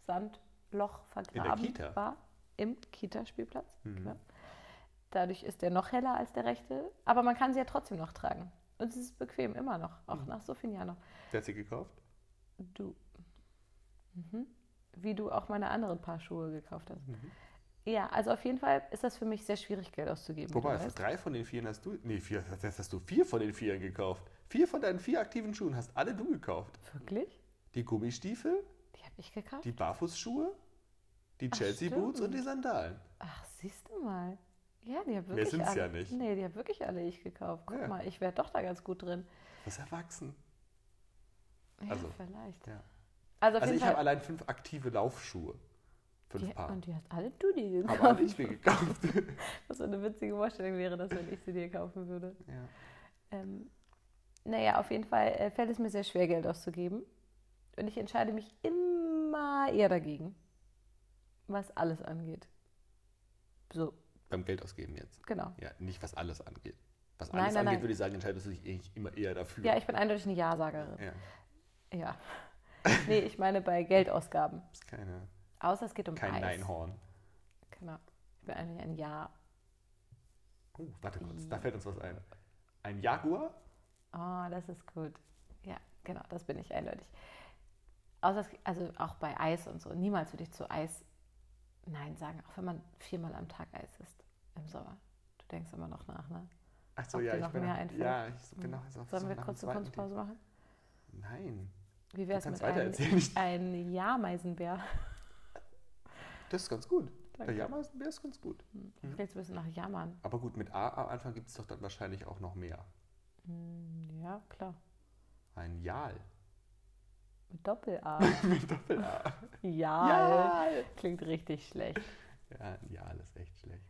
Speaker 5: Sandloch vergraben
Speaker 4: Kita. Mhm.
Speaker 5: war. Im Kita-Spielplatz. Genau. Dadurch ist der noch heller als der rechte, aber man kann sie ja trotzdem noch tragen. Und es ist bequem, immer noch, auch
Speaker 4: Mhm.
Speaker 5: nach so vielen Jahren noch.
Speaker 4: Der hat sie gekauft?
Speaker 5: Du. Mhm. Wie du auch meine anderen Paar Schuhe gekauft hast.
Speaker 4: Mhm.
Speaker 5: Ja, also auf jeden Fall ist das für mich sehr schwierig, Geld auszugeben. wie
Speaker 4: Wobei,
Speaker 5: du
Speaker 4: hast du
Speaker 5: weißt.
Speaker 4: drei von den vier hast du. Nee, vier, das hast du vier von den vier gekauft. Vier von deinen vier aktiven Schuhen hast alle du gekauft.
Speaker 5: Wirklich?
Speaker 4: Die Gummistiefel,
Speaker 5: Die habe ich gekauft.
Speaker 4: die Barfußschuhe, die
Speaker 5: Ach,
Speaker 4: Chelsea Boots und
Speaker 5: stimmt.
Speaker 4: die Sandalen.
Speaker 5: Ach, siehst du mal. Ja, die habe wirklich
Speaker 4: sind's
Speaker 5: alle.
Speaker 4: ja nicht.
Speaker 5: Nee, die habe wirklich alle ich gekauft. Guck
Speaker 4: Ja.
Speaker 5: mal, ich wäre doch da ganz gut drin.
Speaker 4: Du bist erwachsen.
Speaker 5: Ja,
Speaker 4: Also,
Speaker 5: vielleicht.
Speaker 4: ja.
Speaker 5: Also auf
Speaker 4: Also
Speaker 5: jeden
Speaker 4: ich habe
Speaker 5: Fall.
Speaker 4: allein fünf aktive Laufschuhe. Fünf
Speaker 5: die,
Speaker 4: Paar.
Speaker 5: und die hast alle du dir gekauft.
Speaker 4: Aber nicht mir gekauft.
Speaker 5: Was so eine witzige Vorstellung wäre, dass wenn ich sie dir kaufen würde.
Speaker 4: Ja.
Speaker 5: Ähm, naja, auf jeden Fall äh, fällt es mir sehr schwer, Geld auszugeben. Und ich entscheide mich immer eher dagegen, was alles angeht. So,
Speaker 4: Beim Geld ausgeben jetzt.
Speaker 5: genau.
Speaker 4: Ja, nicht was alles angeht. Was
Speaker 5: Nein,
Speaker 4: alles
Speaker 5: nein,
Speaker 4: angeht,
Speaker 5: nein.
Speaker 4: würde ich sagen, entscheidest du dich eigentlich immer eher dafür.
Speaker 5: Ja, ich bin eindeutig eine Ja-Sagerin.
Speaker 4: Ja,
Speaker 5: Ja. Nee, ich meine bei Geldausgaben.
Speaker 4: ist keine,
Speaker 5: Außer es geht um
Speaker 4: kein
Speaker 5: Eis.
Speaker 4: Neinhorn.
Speaker 5: Genau. Ich bin eigentlich ein Ja.
Speaker 4: Oh, warte
Speaker 5: Hm.
Speaker 4: kurz, da fällt uns was ein. Ein Jaguar?
Speaker 5: Oh, das ist gut. Ja, genau, das bin ich eindeutig. Außer es, also auch bei Eis und so. Niemals würde ich zu Eis Nein sagen, auch wenn man viermal am Tag Eis isst im Sommer. Du denkst immer noch nach, ne?
Speaker 4: Achso,
Speaker 5: Ob
Speaker 4: ja,
Speaker 5: dir
Speaker 4: ich
Speaker 5: noch
Speaker 4: bin,
Speaker 5: mehr
Speaker 4: noch-
Speaker 5: einfällt? Hm.
Speaker 4: ja, ich bin noch auf
Speaker 5: Sollen
Speaker 4: so
Speaker 5: wir
Speaker 4: nach dem
Speaker 5: kurz eine
Speaker 4: zweiten
Speaker 5: Kunstpause machen?
Speaker 4: Thema. Nein,
Speaker 5: Wie wäre es
Speaker 4: kannst
Speaker 5: mit
Speaker 4: weiter
Speaker 5: ein,
Speaker 4: erzählen.
Speaker 5: ein Ja-Meisenbär?
Speaker 4: das ist ganz gut.
Speaker 5: Danke.
Speaker 4: Der Jaguar ist, der ist ganz gut.
Speaker 5: Vielleicht ein bisschen nach Jammern.
Speaker 4: Aber gut, mit A am Anfang gibt es doch dann wahrscheinlich auch noch mehr.
Speaker 5: Hm, Ja, klar.
Speaker 4: Ein Jal.
Speaker 5: Mit Doppel-A. Mit Doppel-A. Ja. Klingt richtig schlecht.
Speaker 4: Ja, ein Jal ist echt schlecht.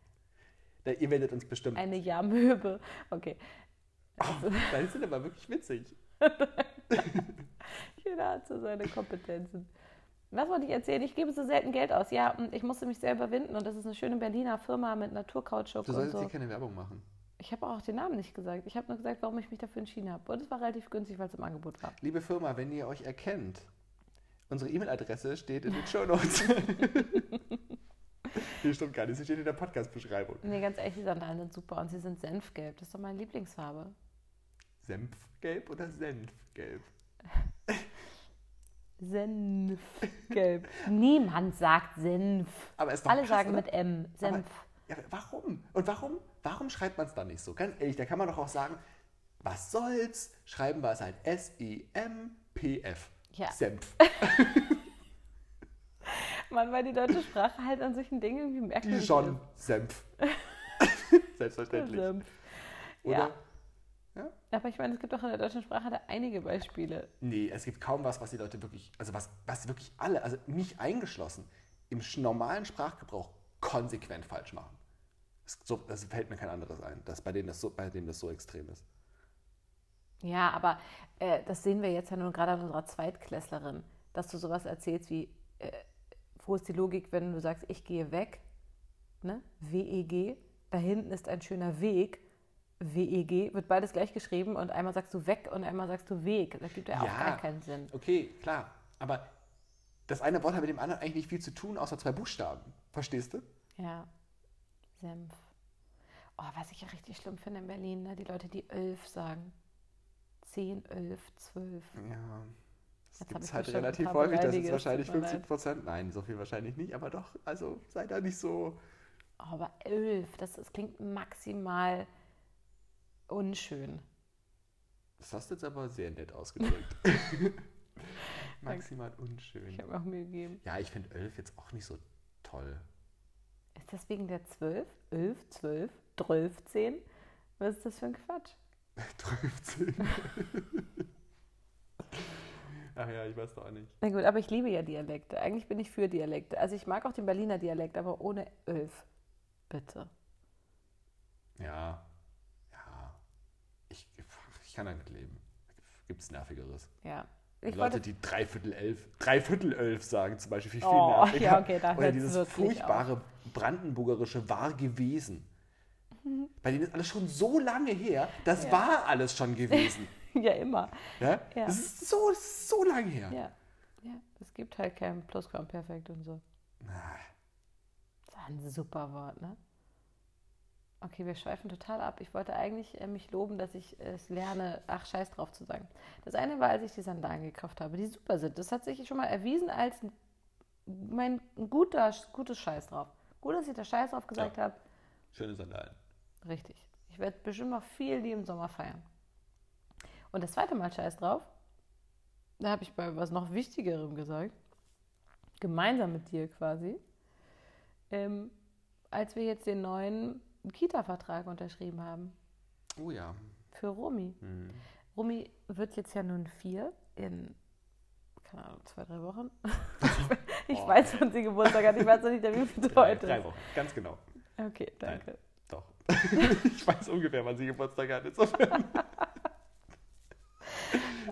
Speaker 4: Da, ihr werdet uns bestimmt.
Speaker 5: Eine Ja-Möbe. Okay.
Speaker 4: Deine sind aber wirklich witzig.
Speaker 5: Jeder hat so seine Kompetenzen. Was wollte ich erzählen? Ich gebe so selten Geld aus. Ja, und ich musste mich sehr überwinden und das ist eine schöne Berliner Firma mit Naturkautschuk
Speaker 4: Du
Speaker 5: und
Speaker 4: solltest
Speaker 5: so.
Speaker 4: hier keine Werbung machen.
Speaker 5: Ich habe auch den Namen nicht gesagt. Ich habe nur gesagt, warum ich mich dafür entschieden habe. Und es war relativ günstig, weil es im Angebot war.
Speaker 4: Liebe Firma, wenn ihr euch erkennt, unsere E-Mail-Adresse steht in den Show Notes. Die stimmt gar nicht, sie steht in der Podcast-Beschreibung.
Speaker 5: Nee, ganz ehrlich, die Sandalen sind super und sie sind senfgelb. Das ist doch meine Lieblingsfarbe.
Speaker 4: Senfgelb oder Senfgelb?
Speaker 5: Senfgelb. Niemand sagt Senf.
Speaker 4: Aber ist doch
Speaker 5: Alle
Speaker 4: krass,
Speaker 5: sagen
Speaker 4: oder?
Speaker 5: mit M.
Speaker 4: Aber-
Speaker 5: Senf.
Speaker 4: Ja, aber warum? Und warum? Warum schreibt man es dann nicht so? Ganz ehrlich, da kann man doch auch sagen, was soll's? Schreiben wir es halt S-E-M-P-F.
Speaker 5: Ja.
Speaker 4: Senf.
Speaker 5: Mann, weil die deutsche Sprache halt an solchen Dingen irgendwie merkwürdig
Speaker 4: Dijon Senf. Selbstverständlich.
Speaker 5: ist. Senf.
Speaker 4: Oder
Speaker 5: Ja.
Speaker 6: Ja.
Speaker 5: Aber ich meine, es gibt auch in der deutschen Sprache da einige Beispiele.
Speaker 4: Nee, es gibt kaum was, was die Leute wirklich, also was, was wirklich alle, also mich eingeschlossen, im sch- normalen Sprachgebrauch konsequent falsch machen. Es, so, das fällt mir kein anderes ein, dass bei denen das so, bei denen das so extrem ist.
Speaker 5: Ja, aber äh, das sehen wir jetzt ja nun gerade an unserer Zweitklässlerin, dass du sowas erzählst wie, äh, wo ist die Logik, wenn du sagst, ich gehe weg, ne? WEG, da hinten ist ein schöner Weg, WEG, wird beides gleich geschrieben und einmal sagst du weg und einmal sagst du Weg. Das gibt ja, auch gar keinen Sinn.
Speaker 4: Okay, klar. Aber das eine Wort hat mit dem anderen eigentlich nicht viel zu tun, außer zwei Buchstaben. Verstehst du?
Speaker 5: Ja, Senf. Oh, was ich ja richtig schlimm finde in Berlin, ne? die Leute, die elf sagen. Zehn, elf, zwölf.
Speaker 4: Ja. Das
Speaker 5: Jetzt
Speaker 4: gibt
Speaker 5: hab ich
Speaker 4: es halt
Speaker 5: bestimmt ein
Speaker 4: relativ
Speaker 5: paar
Speaker 4: häufig. Das ist
Speaker 5: Beleidiger, es tut
Speaker 4: wahrscheinlich
Speaker 5: mir leid.
Speaker 4: 50 Prozent. Nein, so viel wahrscheinlich nicht, aber doch. Also sei da nicht so.
Speaker 5: Oh, aber elf, das, das klingt maximal unschön.
Speaker 4: Das hast du jetzt aber sehr nett ausgedrückt. Maximal
Speaker 5: Ich
Speaker 4: unschön.
Speaker 5: habe mir auch Mühe gegeben.
Speaker 4: Ja, ich finde 11 jetzt auch nicht so toll.
Speaker 5: Ist das wegen der zwölf? Elf, zwölf, drölf, zehn? Was ist das für ein Quatsch?
Speaker 4: 13. Ach ja, ich weiß doch auch nicht.
Speaker 5: Na gut, aber ich liebe ja Dialekte. Eigentlich bin ich für Dialekte. Also ich mag auch den Berliner Dialekt, aber ohne elf. Bitte.
Speaker 4: Ja. Ja. Ich, ich kann damit leben. Gibt's Nervigeres.
Speaker 5: Ja. Ich
Speaker 4: Leute,
Speaker 5: wollte
Speaker 4: die Dreiviertel elf, Dreiviertel elf sagen zum Beispiel, viel, viel
Speaker 5: Oh,
Speaker 4: nerviger.
Speaker 5: ja, okay, da
Speaker 4: Oder
Speaker 5: hört's
Speaker 4: dieses
Speaker 5: wirklich
Speaker 4: furchtbare brandenburgerische war gewesen.
Speaker 5: Mhm.
Speaker 4: Bei denen ist alles schon so lange her, das war alles schon gewesen.
Speaker 5: ja immer.
Speaker 4: Ja?
Speaker 5: Ja.
Speaker 4: Das ist so, so lange her.
Speaker 5: Ja, ja. Es gibt halt kein Plusquamperfekt und so. Das ist ein super Wort, ne? Okay, wir schweifen total ab. Ich wollte eigentlich äh, mich loben, dass ich es lerne, ach, scheiß drauf zu sagen. Das eine war, als ich die Sandalen gekauft habe, die super sind. Das hat sich schon mal erwiesen als ein- mein ein guter, gutes Scheiß drauf. Gut, dass ich das Scheiß drauf gesagt habe.
Speaker 4: Schöne Sandalen.
Speaker 5: Richtig. Ich werde bestimmt noch viel die im Sommer feiern. Und das zweite Mal Scheiß drauf, da habe ich bei was noch Wichtigerem gesagt, gemeinsam mit dir quasi, ähm, als wir jetzt den neuen Kita-Vertrag unterschrieben haben
Speaker 4: Oh ja.
Speaker 5: für Romy.
Speaker 4: Mhm.
Speaker 5: Romy wird jetzt ja nun vier in, keine Ahnung, zwei, drei Wochen. ich weiß, wann sie Geburtstag hat, ich weiß noch nicht, wie viel
Speaker 4: Drei,
Speaker 5: heute
Speaker 4: Äh, drei
Speaker 5: ist.
Speaker 4: Wochen, ganz genau.
Speaker 5: Okay, danke.
Speaker 4: Doch. ich weiß ungefähr, wann sie Geburtstag hat. Insofern.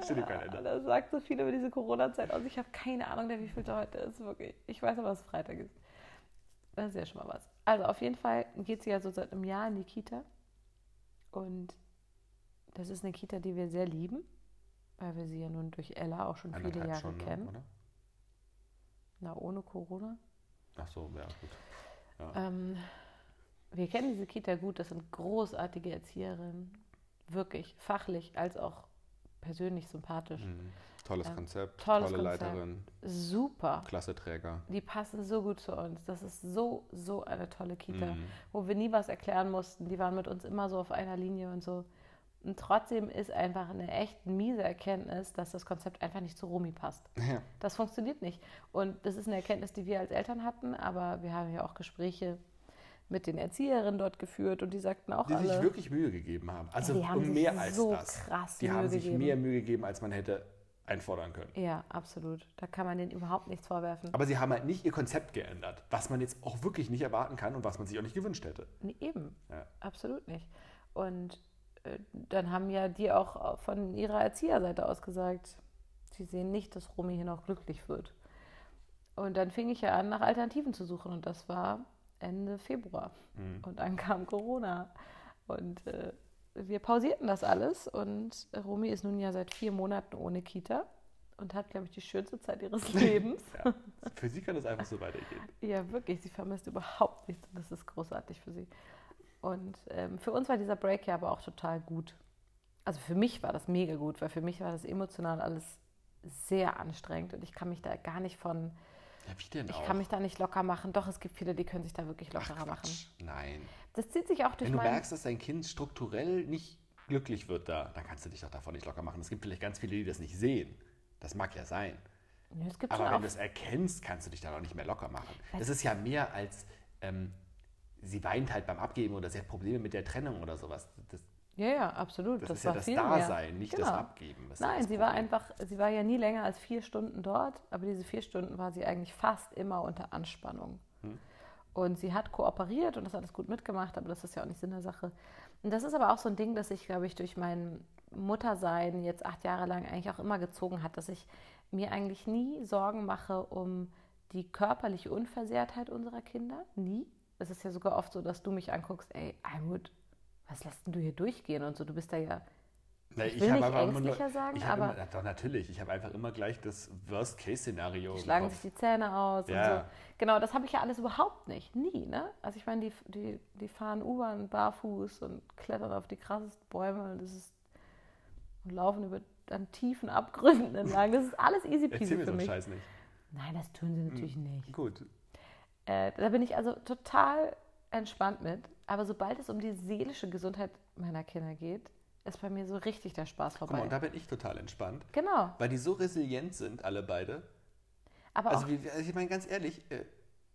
Speaker 4: Steht im
Speaker 5: Ja,
Speaker 4: Kalender.
Speaker 5: Das sagt so viel über diese Corona-Zeit aus. Ich habe keine Ahnung, wie viel heute ist. Wirklich. Ich weiß aber, dass es Freitag ist. Das ist ja schon mal was. Also auf jeden Fall geht sie ja so seit einem Jahr in die Kita. Und das ist eine Kita, die wir sehr lieben, weil wir sie ja nun durch Ella auch schon viele
Speaker 4: Anderthalb
Speaker 5: Jahre
Speaker 4: schon, ne,
Speaker 5: kennen.
Speaker 4: oder?
Speaker 5: Na, ohne Corona.
Speaker 4: Ach so, ja, gut.
Speaker 5: Ähm, wir kennen diese Kita gut, das sind großartige Erzieherinnen. Wirklich, fachlich als auch persönlich sympathisch.
Speaker 4: Tolles Konzept,
Speaker 5: Ähm, tolles
Speaker 4: Mhm. tolle
Speaker 5: Konzept.
Speaker 4: Leiterin,
Speaker 5: Super.
Speaker 4: klasse Träger.
Speaker 5: Die passen so gut zu uns. Das ist so, so eine tolle Kita,
Speaker 4: Mhm.
Speaker 5: wo wir nie was erklären mussten. Die waren mit uns immer so auf einer Linie und so. Und trotzdem ist einfach eine echt miese Erkenntnis, dass das Konzept einfach nicht zu Romy passt.
Speaker 4: Ja.
Speaker 5: Das funktioniert nicht. Und das ist eine Erkenntnis, die wir als Eltern hatten, aber wir haben ja auch Gespräche mit den Erzieherinnen dort geführt und die sagten auch
Speaker 4: Die sich
Speaker 5: alle,
Speaker 4: wirklich Mühe gegeben haben. Also
Speaker 5: Die haben
Speaker 4: um
Speaker 5: sich
Speaker 4: mehr als
Speaker 5: so
Speaker 4: das.
Speaker 5: krass
Speaker 4: die
Speaker 5: Mühe
Speaker 4: haben sich
Speaker 5: gegeben.
Speaker 4: mehr Mühe gegeben, als man hätte einfordern können.
Speaker 5: ja, absolut. Da kann man denen überhaupt nichts vorwerfen.
Speaker 4: Aber sie haben halt nicht ihr Konzept geändert, was man jetzt auch wirklich nicht erwarten kann und was man sich auch nicht gewünscht hätte.
Speaker 5: Nee, eben.
Speaker 4: Ja.
Speaker 5: Absolut nicht. Und äh, dann haben ja die auch von ihrer Erzieherseite aus gesagt, sie sehen nicht, dass Romy hier noch glücklich wird. Und dann fing ich ja an, nach Alternativen zu suchen. Und das war Ende Februar. Und dann kam Corona. Und äh, wir pausierten das alles. Und Romy ist nun ja seit vier Monaten ohne Kita und hat, glaube ich, die schönste Zeit ihres Lebens.
Speaker 4: Ja. Für sie kann das einfach so weitergehen.
Speaker 5: Ja, wirklich, sie vermisst überhaupt nichts und das ist großartig für sie. Und ähm, für uns war dieser Break ja aber auch total gut. Also für mich war das mega gut, weil für mich war das emotional alles sehr anstrengend und ich kann mich da gar nicht von,
Speaker 4: Ja, wie denn
Speaker 5: ich
Speaker 4: auch?
Speaker 5: kann mich da nicht locker machen. Doch, es gibt viele, die können sich da wirklich lockerer machen.
Speaker 4: Quatsch. Nein.
Speaker 5: Das zieht sich auch durch
Speaker 4: Wenn du
Speaker 5: mein...
Speaker 4: merkst, dass dein Kind strukturell nicht glücklich wird da, dann kannst du dich doch davon nicht locker machen. Es gibt vielleicht ganz viele, die das nicht sehen. Das mag ja sein.
Speaker 5: Nö, es gibt
Speaker 4: Aber
Speaker 5: schon
Speaker 4: wenn
Speaker 5: auch
Speaker 4: du es erkennst, kannst du dich da noch nicht mehr locker machen. Das ist ja mehr als ähm, sie weint halt beim Abgeben oder sie hat Probleme mit der Trennung oder sowas. Das
Speaker 5: Ja, ja, absolut.
Speaker 4: Das,
Speaker 5: Das,
Speaker 4: ist
Speaker 5: war
Speaker 4: ja das
Speaker 5: viel
Speaker 4: Dasein,
Speaker 5: mehr.
Speaker 4: nicht
Speaker 5: genau.
Speaker 4: das Abgeben. Das ist
Speaker 5: Nein,
Speaker 4: das
Speaker 5: sie war
Speaker 4: Problem.
Speaker 5: einfach, sie war ja nie länger als vier Stunden dort, aber diese vier Stunden war sie eigentlich fast immer unter Anspannung.
Speaker 4: Hm.
Speaker 5: Und sie hat kooperiert und das alles gut mitgemacht, aber das ist ja auch nicht Sinn der Sache. Und das ist aber auch so ein Ding, das ich, glaube ich, durch mein Muttersein jetzt acht Jahre lang eigentlich auch immer gezogen hat, dass ich mir eigentlich nie Sorgen mache um die körperliche Unversehrtheit unserer Kinder. Nie. Es ist ja sogar oft so, dass du mich anguckst, ey, Almut, was lässt denn du hier durchgehen und so, du bist da ja
Speaker 4: Na,
Speaker 5: Ich will
Speaker 4: hab
Speaker 5: nicht
Speaker 4: aber immer
Speaker 5: ängstlicher sagen,
Speaker 4: ich hab
Speaker 5: aber-
Speaker 4: Immer, na, doch, natürlich. Ich habe einfach immer gleich das Worst-Case-Szenario. im
Speaker 5: schlagen
Speaker 4: Kopf.
Speaker 5: sich die Zähne aus
Speaker 4: Oh Ja.
Speaker 5: und so. Genau, das habe ich ja alles überhaupt nicht. Nie, ne? Also ich meine, die, die, die fahren U-Bahn barfuß und klettern auf die krassesten Bäume und, das ist, und laufen über an tiefen Abgründen entlang. Das ist alles easy peasy
Speaker 4: Erzähl mir
Speaker 5: für
Speaker 4: so einen
Speaker 5: mich.
Speaker 4: Scheiß Hm. nicht.
Speaker 5: Nein, das tun sie natürlich nicht.
Speaker 4: Gut.
Speaker 5: Äh, da bin ich also total entspannt mit. Aber sobald es um die seelische Gesundheit meiner Kinder geht, ist bei mir so richtig der Spaß
Speaker 4: Guck mal,
Speaker 5: vorbei.
Speaker 4: und da bin ich total entspannt.
Speaker 5: genau.
Speaker 4: Weil die so resilient sind, alle beide.
Speaker 5: Aber
Speaker 4: Also,
Speaker 5: auch,
Speaker 4: wie, also ich meine, ganz ehrlich, äh,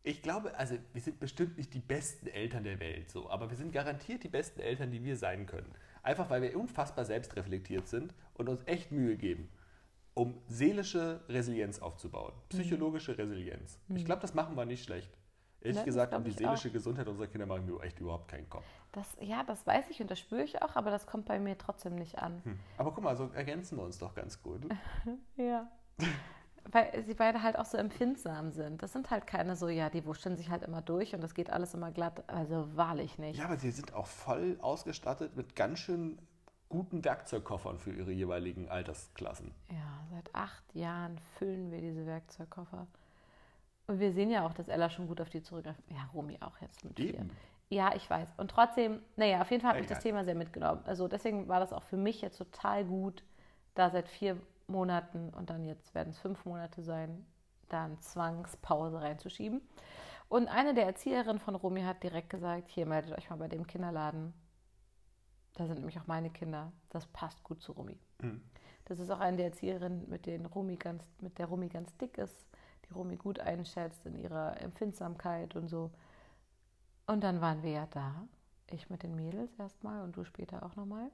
Speaker 4: ich glaube, also wir sind bestimmt nicht die besten Eltern der Welt, so, aber wir sind garantiert die besten Eltern, die wir sein können. Einfach weil wir unfassbar selbstreflektiert sind und uns echt Mühe geben, um seelische Resilienz aufzubauen,
Speaker 5: Mhm.
Speaker 4: psychologische Resilienz. Ich glaube, das machen wir nicht schlecht. Ehrlich
Speaker 5: Nein, das
Speaker 4: gesagt, um
Speaker 5: glaub
Speaker 4: die
Speaker 5: ich
Speaker 4: seelische Gesundheit unserer Kinder machen wir echt überhaupt keinen Kopf.
Speaker 5: das, ja, das weiß ich und das spüre ich auch, aber das kommt bei mir trotzdem nicht an.
Speaker 4: Aber guck mal, so ergänzen wir uns doch ganz gut.
Speaker 5: Ja. Weil sie beide halt auch so empfindsam sind. Das sind halt keine so, ja, die wuscheln sich halt immer durch und das geht alles immer glatt. Also wahrlich nicht.
Speaker 4: Ja, aber sie sind auch voll ausgestattet mit ganz schön guten Werkzeugkoffern für ihre jeweiligen Altersklassen.
Speaker 5: Ja, seit acht Jahren füllen wir diese Werkzeugkoffer. Und wir sehen ja auch, dass Ella schon gut auf die zurückgreift. Ja, Romy auch jetzt mit vier.
Speaker 4: Eben.
Speaker 5: Ja, ich weiß. Und trotzdem, naja, auf jeden Fall hat mich
Speaker 4: Egal.
Speaker 5: das Thema sehr mitgenommen. Also deswegen war das auch für mich jetzt total gut, da seit vier Monaten und dann jetzt werden es fünf Monate sein, da eine Zwangspause reinzuschieben. Und eine der Erzieherinnen von Romy hat direkt gesagt, hier meldet euch mal bei dem Kinderladen. Da sind nämlich auch meine Kinder. Das passt gut zu Romy.
Speaker 4: Mhm.
Speaker 5: Das ist auch eine der Erzieherinnen, mit, denen Romy ganz, mit der Romy ganz dick ist, die Romy gut einschätzt in ihrer Empfindsamkeit und so. Und dann waren wir ja da. Ich mit den Mädels erstmal und du später auch nochmal.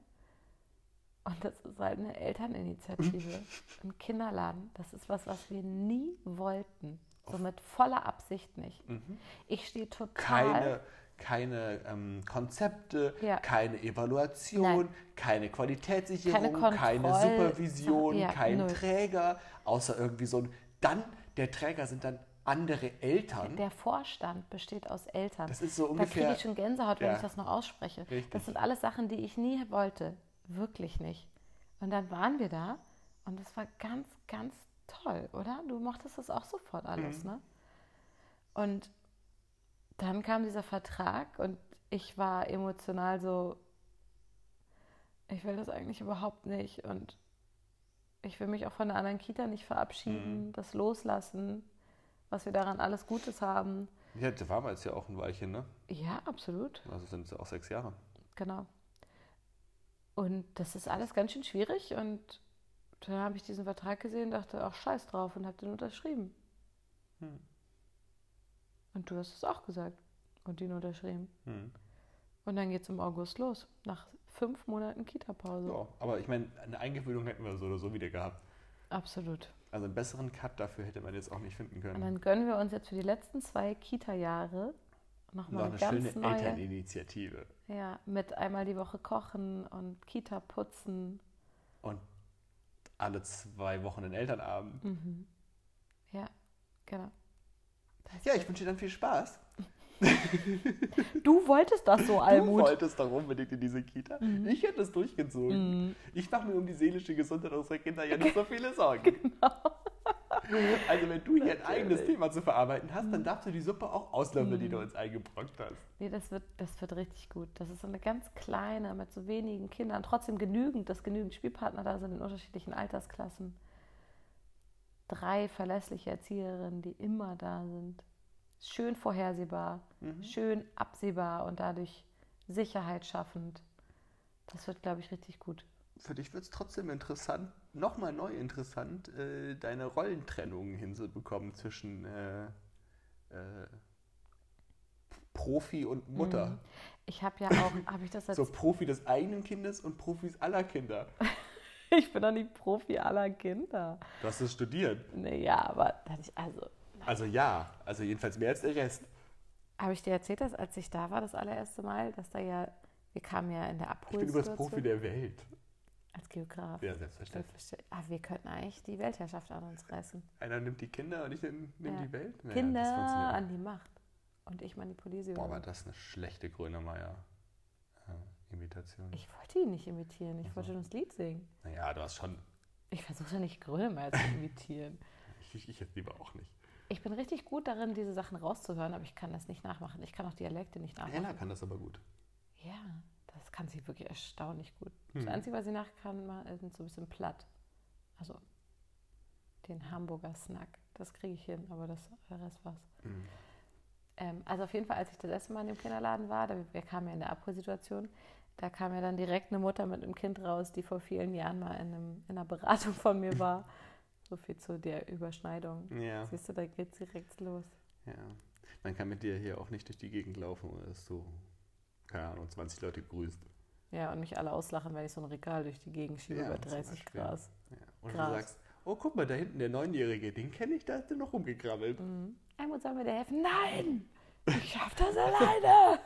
Speaker 5: Und das ist halt eine Elterninitiative. Ein Kinderladen. Das ist was, was wir nie wollten. So mit voller Absicht nicht. Ich stehe total.
Speaker 4: Mhm. keine, keine ähm, Konzepte,
Speaker 5: Ja.
Speaker 4: keine Evaluation,
Speaker 5: Nein.
Speaker 4: keine Qualitätssicherung,
Speaker 5: Keine
Speaker 4: keine,
Speaker 5: Kontroll-
Speaker 4: Supervision,
Speaker 5: Ja,
Speaker 4: kein
Speaker 5: null.
Speaker 4: Träger, außer irgendwie so ein. Dann, der Träger sind dann andere Eltern.
Speaker 5: Der Vorstand besteht aus Eltern.
Speaker 4: Das ist so
Speaker 5: Da
Speaker 4: ungefähr-
Speaker 5: kriege ich schon Gänsehaut, wenn
Speaker 4: Ja.
Speaker 5: ich das noch ausspreche.
Speaker 4: Richtig.
Speaker 5: Das sind alles Sachen, die ich nie wollte. Wirklich nicht. Und dann waren wir da und es war ganz, ganz toll, oder? Du mochtest das auch sofort alles,
Speaker 4: Mhm.
Speaker 5: ne? Und dann kam dieser Vertrag und ich war emotional so, ich will das eigentlich überhaupt nicht und ich will mich auch von der anderen Kita nicht
Speaker 4: Mhm.
Speaker 5: verabschieden, das loslassen, was wir daran alles Gutes haben.
Speaker 4: Ja, da waren wir jetzt ja auch ein Weilchen, ne?
Speaker 5: Ja, absolut,
Speaker 4: Also sind es ja auch sechs Jahre.
Speaker 5: genau. Und das ist alles ganz schön schwierig und dann habe ich diesen Vertrag gesehen, dachte, ach scheiß drauf und habe den unterschrieben. Hm. Und du hast es auch gesagt und den unterschrieben.
Speaker 4: Hm.
Speaker 5: Und dann geht es im August los, nach fünf Monaten Kita-Pause.
Speaker 4: Ja, aber ich meine, eine Eingewöhnung hätten wir so oder so wieder gehabt.
Speaker 5: Absolut.
Speaker 4: Also einen besseren Cut dafür hätte man jetzt auch nicht finden
Speaker 5: Und
Speaker 4: können.
Speaker 5: dann gönnen wir uns jetzt für die letzten zwei Kita-Jahre
Speaker 4: Noch
Speaker 5: nochmal
Speaker 4: eine
Speaker 5: eine ganz
Speaker 4: schöne
Speaker 5: neue.
Speaker 4: Elterninitiative.
Speaker 5: Ja, mit einmal die Woche kochen und Kita putzen.
Speaker 4: Und alle zwei Wochen einen Elternabend.
Speaker 5: Ja, genau.
Speaker 4: Ja, ich wünsche dir dann viel Spaß.
Speaker 5: Du wolltest das so,
Speaker 4: Du
Speaker 5: Almut.
Speaker 4: wolltest doch unbedingt in diese Kita. Ich hätte es durchgezogen. Ich mache mir um die seelische Gesundheit unserer Kinder ja nicht so viele Sorgen. Also wenn du hier ein eigenes Thema zu verarbeiten hast, dann darfst du die Suppe auch auslöffeln, die du uns eingebrockt hast.
Speaker 5: Nee, das wird, das wird richtig gut. Das ist so eine ganz kleine, mit so wenigen Kindern, trotzdem genügend, dass genügend Spielpartner da sind in unterschiedlichen Altersklassen. Drei verlässliche Erzieherinnen, die immer da sind. Schön vorhersehbar, schön absehbar und dadurch Sicherheit schaffend. Das wird, glaube ich, richtig gut.
Speaker 4: Für dich wird es trotzdem interessant, nochmal neu interessant, äh, deine Rollentrennung hinzubekommen zwischen äh, äh, Profi und Mutter.
Speaker 5: Ich habe ja auch, habe ich das
Speaker 4: So
Speaker 5: jetzt?
Speaker 4: Profi des eigenen Kindes und Profis aller Kinder.
Speaker 5: Ich bin doch nicht Profi aller Kinder.
Speaker 4: Du hast es studiert.
Speaker 5: Naja, aber da hatte ich, also,
Speaker 4: Also ja, also jedenfalls mehr als der Rest.
Speaker 5: habe ich dir erzählt, dass als ich da war, das allererste Mal, dass da ja, wir kamen ja in der
Speaker 4: Ich bin übrigens Profi
Speaker 5: Abholsituation
Speaker 4: der Welt.
Speaker 5: als Geograf.
Speaker 4: Ja, selbstverständlich.
Speaker 5: Selbstverständlich. Ah, wir könnten eigentlich die Weltherrschaft an uns reißen.
Speaker 4: Einer nimmt die Kinder und ich nimm nimm
Speaker 5: Ja.
Speaker 4: die Welt. Naja,
Speaker 5: Kinder
Speaker 4: das funktioniert.
Speaker 5: an die Macht. Und ich manipuliere sie.
Speaker 4: Boah,
Speaker 5: oder
Speaker 4: war
Speaker 5: so.
Speaker 4: das eine schlechte Grönemeyer-Imitation.
Speaker 5: Ich wollte ihn nicht imitieren, ich wollte nur das Lied singen.
Speaker 4: naja, du hast schon.
Speaker 5: Ich versuche nicht Grönemeyer zu imitieren.
Speaker 4: Ich, ich jetzt lieber auch nicht.
Speaker 5: Ich bin richtig gut darin, diese Sachen rauszuhören, aber ich kann das nicht nachmachen. Ich kann auch Dialekte nicht nachmachen.
Speaker 4: Ella kann das aber gut.
Speaker 5: Ja, das kann sie wirklich erstaunlich gut.
Speaker 4: Hm.
Speaker 5: Das Einzige, was sie nach kann, ma- sind so ein bisschen platt. Also den Hamburger Snack. Das kriege ich hin, aber das der Rest war's.
Speaker 4: Hm.
Speaker 5: Ähm, also auf jeden Fall, als ich das erste Mal in dem Kinderladen war, da, wir kamen ja in der Abholsituation, da kam ja dann direkt eine Mutter mit einem Kind raus, die vor vielen Jahren mal in, einem, in einer Beratung von mir war. So viel zu der Überschneidung.
Speaker 7: Ja.
Speaker 5: Siehst du, da geht's direkt los.
Speaker 7: Ja.
Speaker 4: Man kann mit dir hier auch nicht durch die Gegend laufen, oder dass du, keine Ahnung, 20 Leute grüßt.
Speaker 5: Ja, und mich alle auslachen, wenn ich so ein Regal durch die Gegend schiebe
Speaker 4: Ja,
Speaker 5: bei
Speaker 4: zum
Speaker 5: 30
Speaker 4: Beispiel.
Speaker 5: Grad.
Speaker 4: Ja. Und
Speaker 5: Krass.
Speaker 4: du sagst, oh, guck mal, da hinten der Neunjährige, den kenne ich, da ist der noch rumgekrabbelt.
Speaker 5: Mhm. Einmal soll mir der helfen. Nein! Ich schaff das alleine!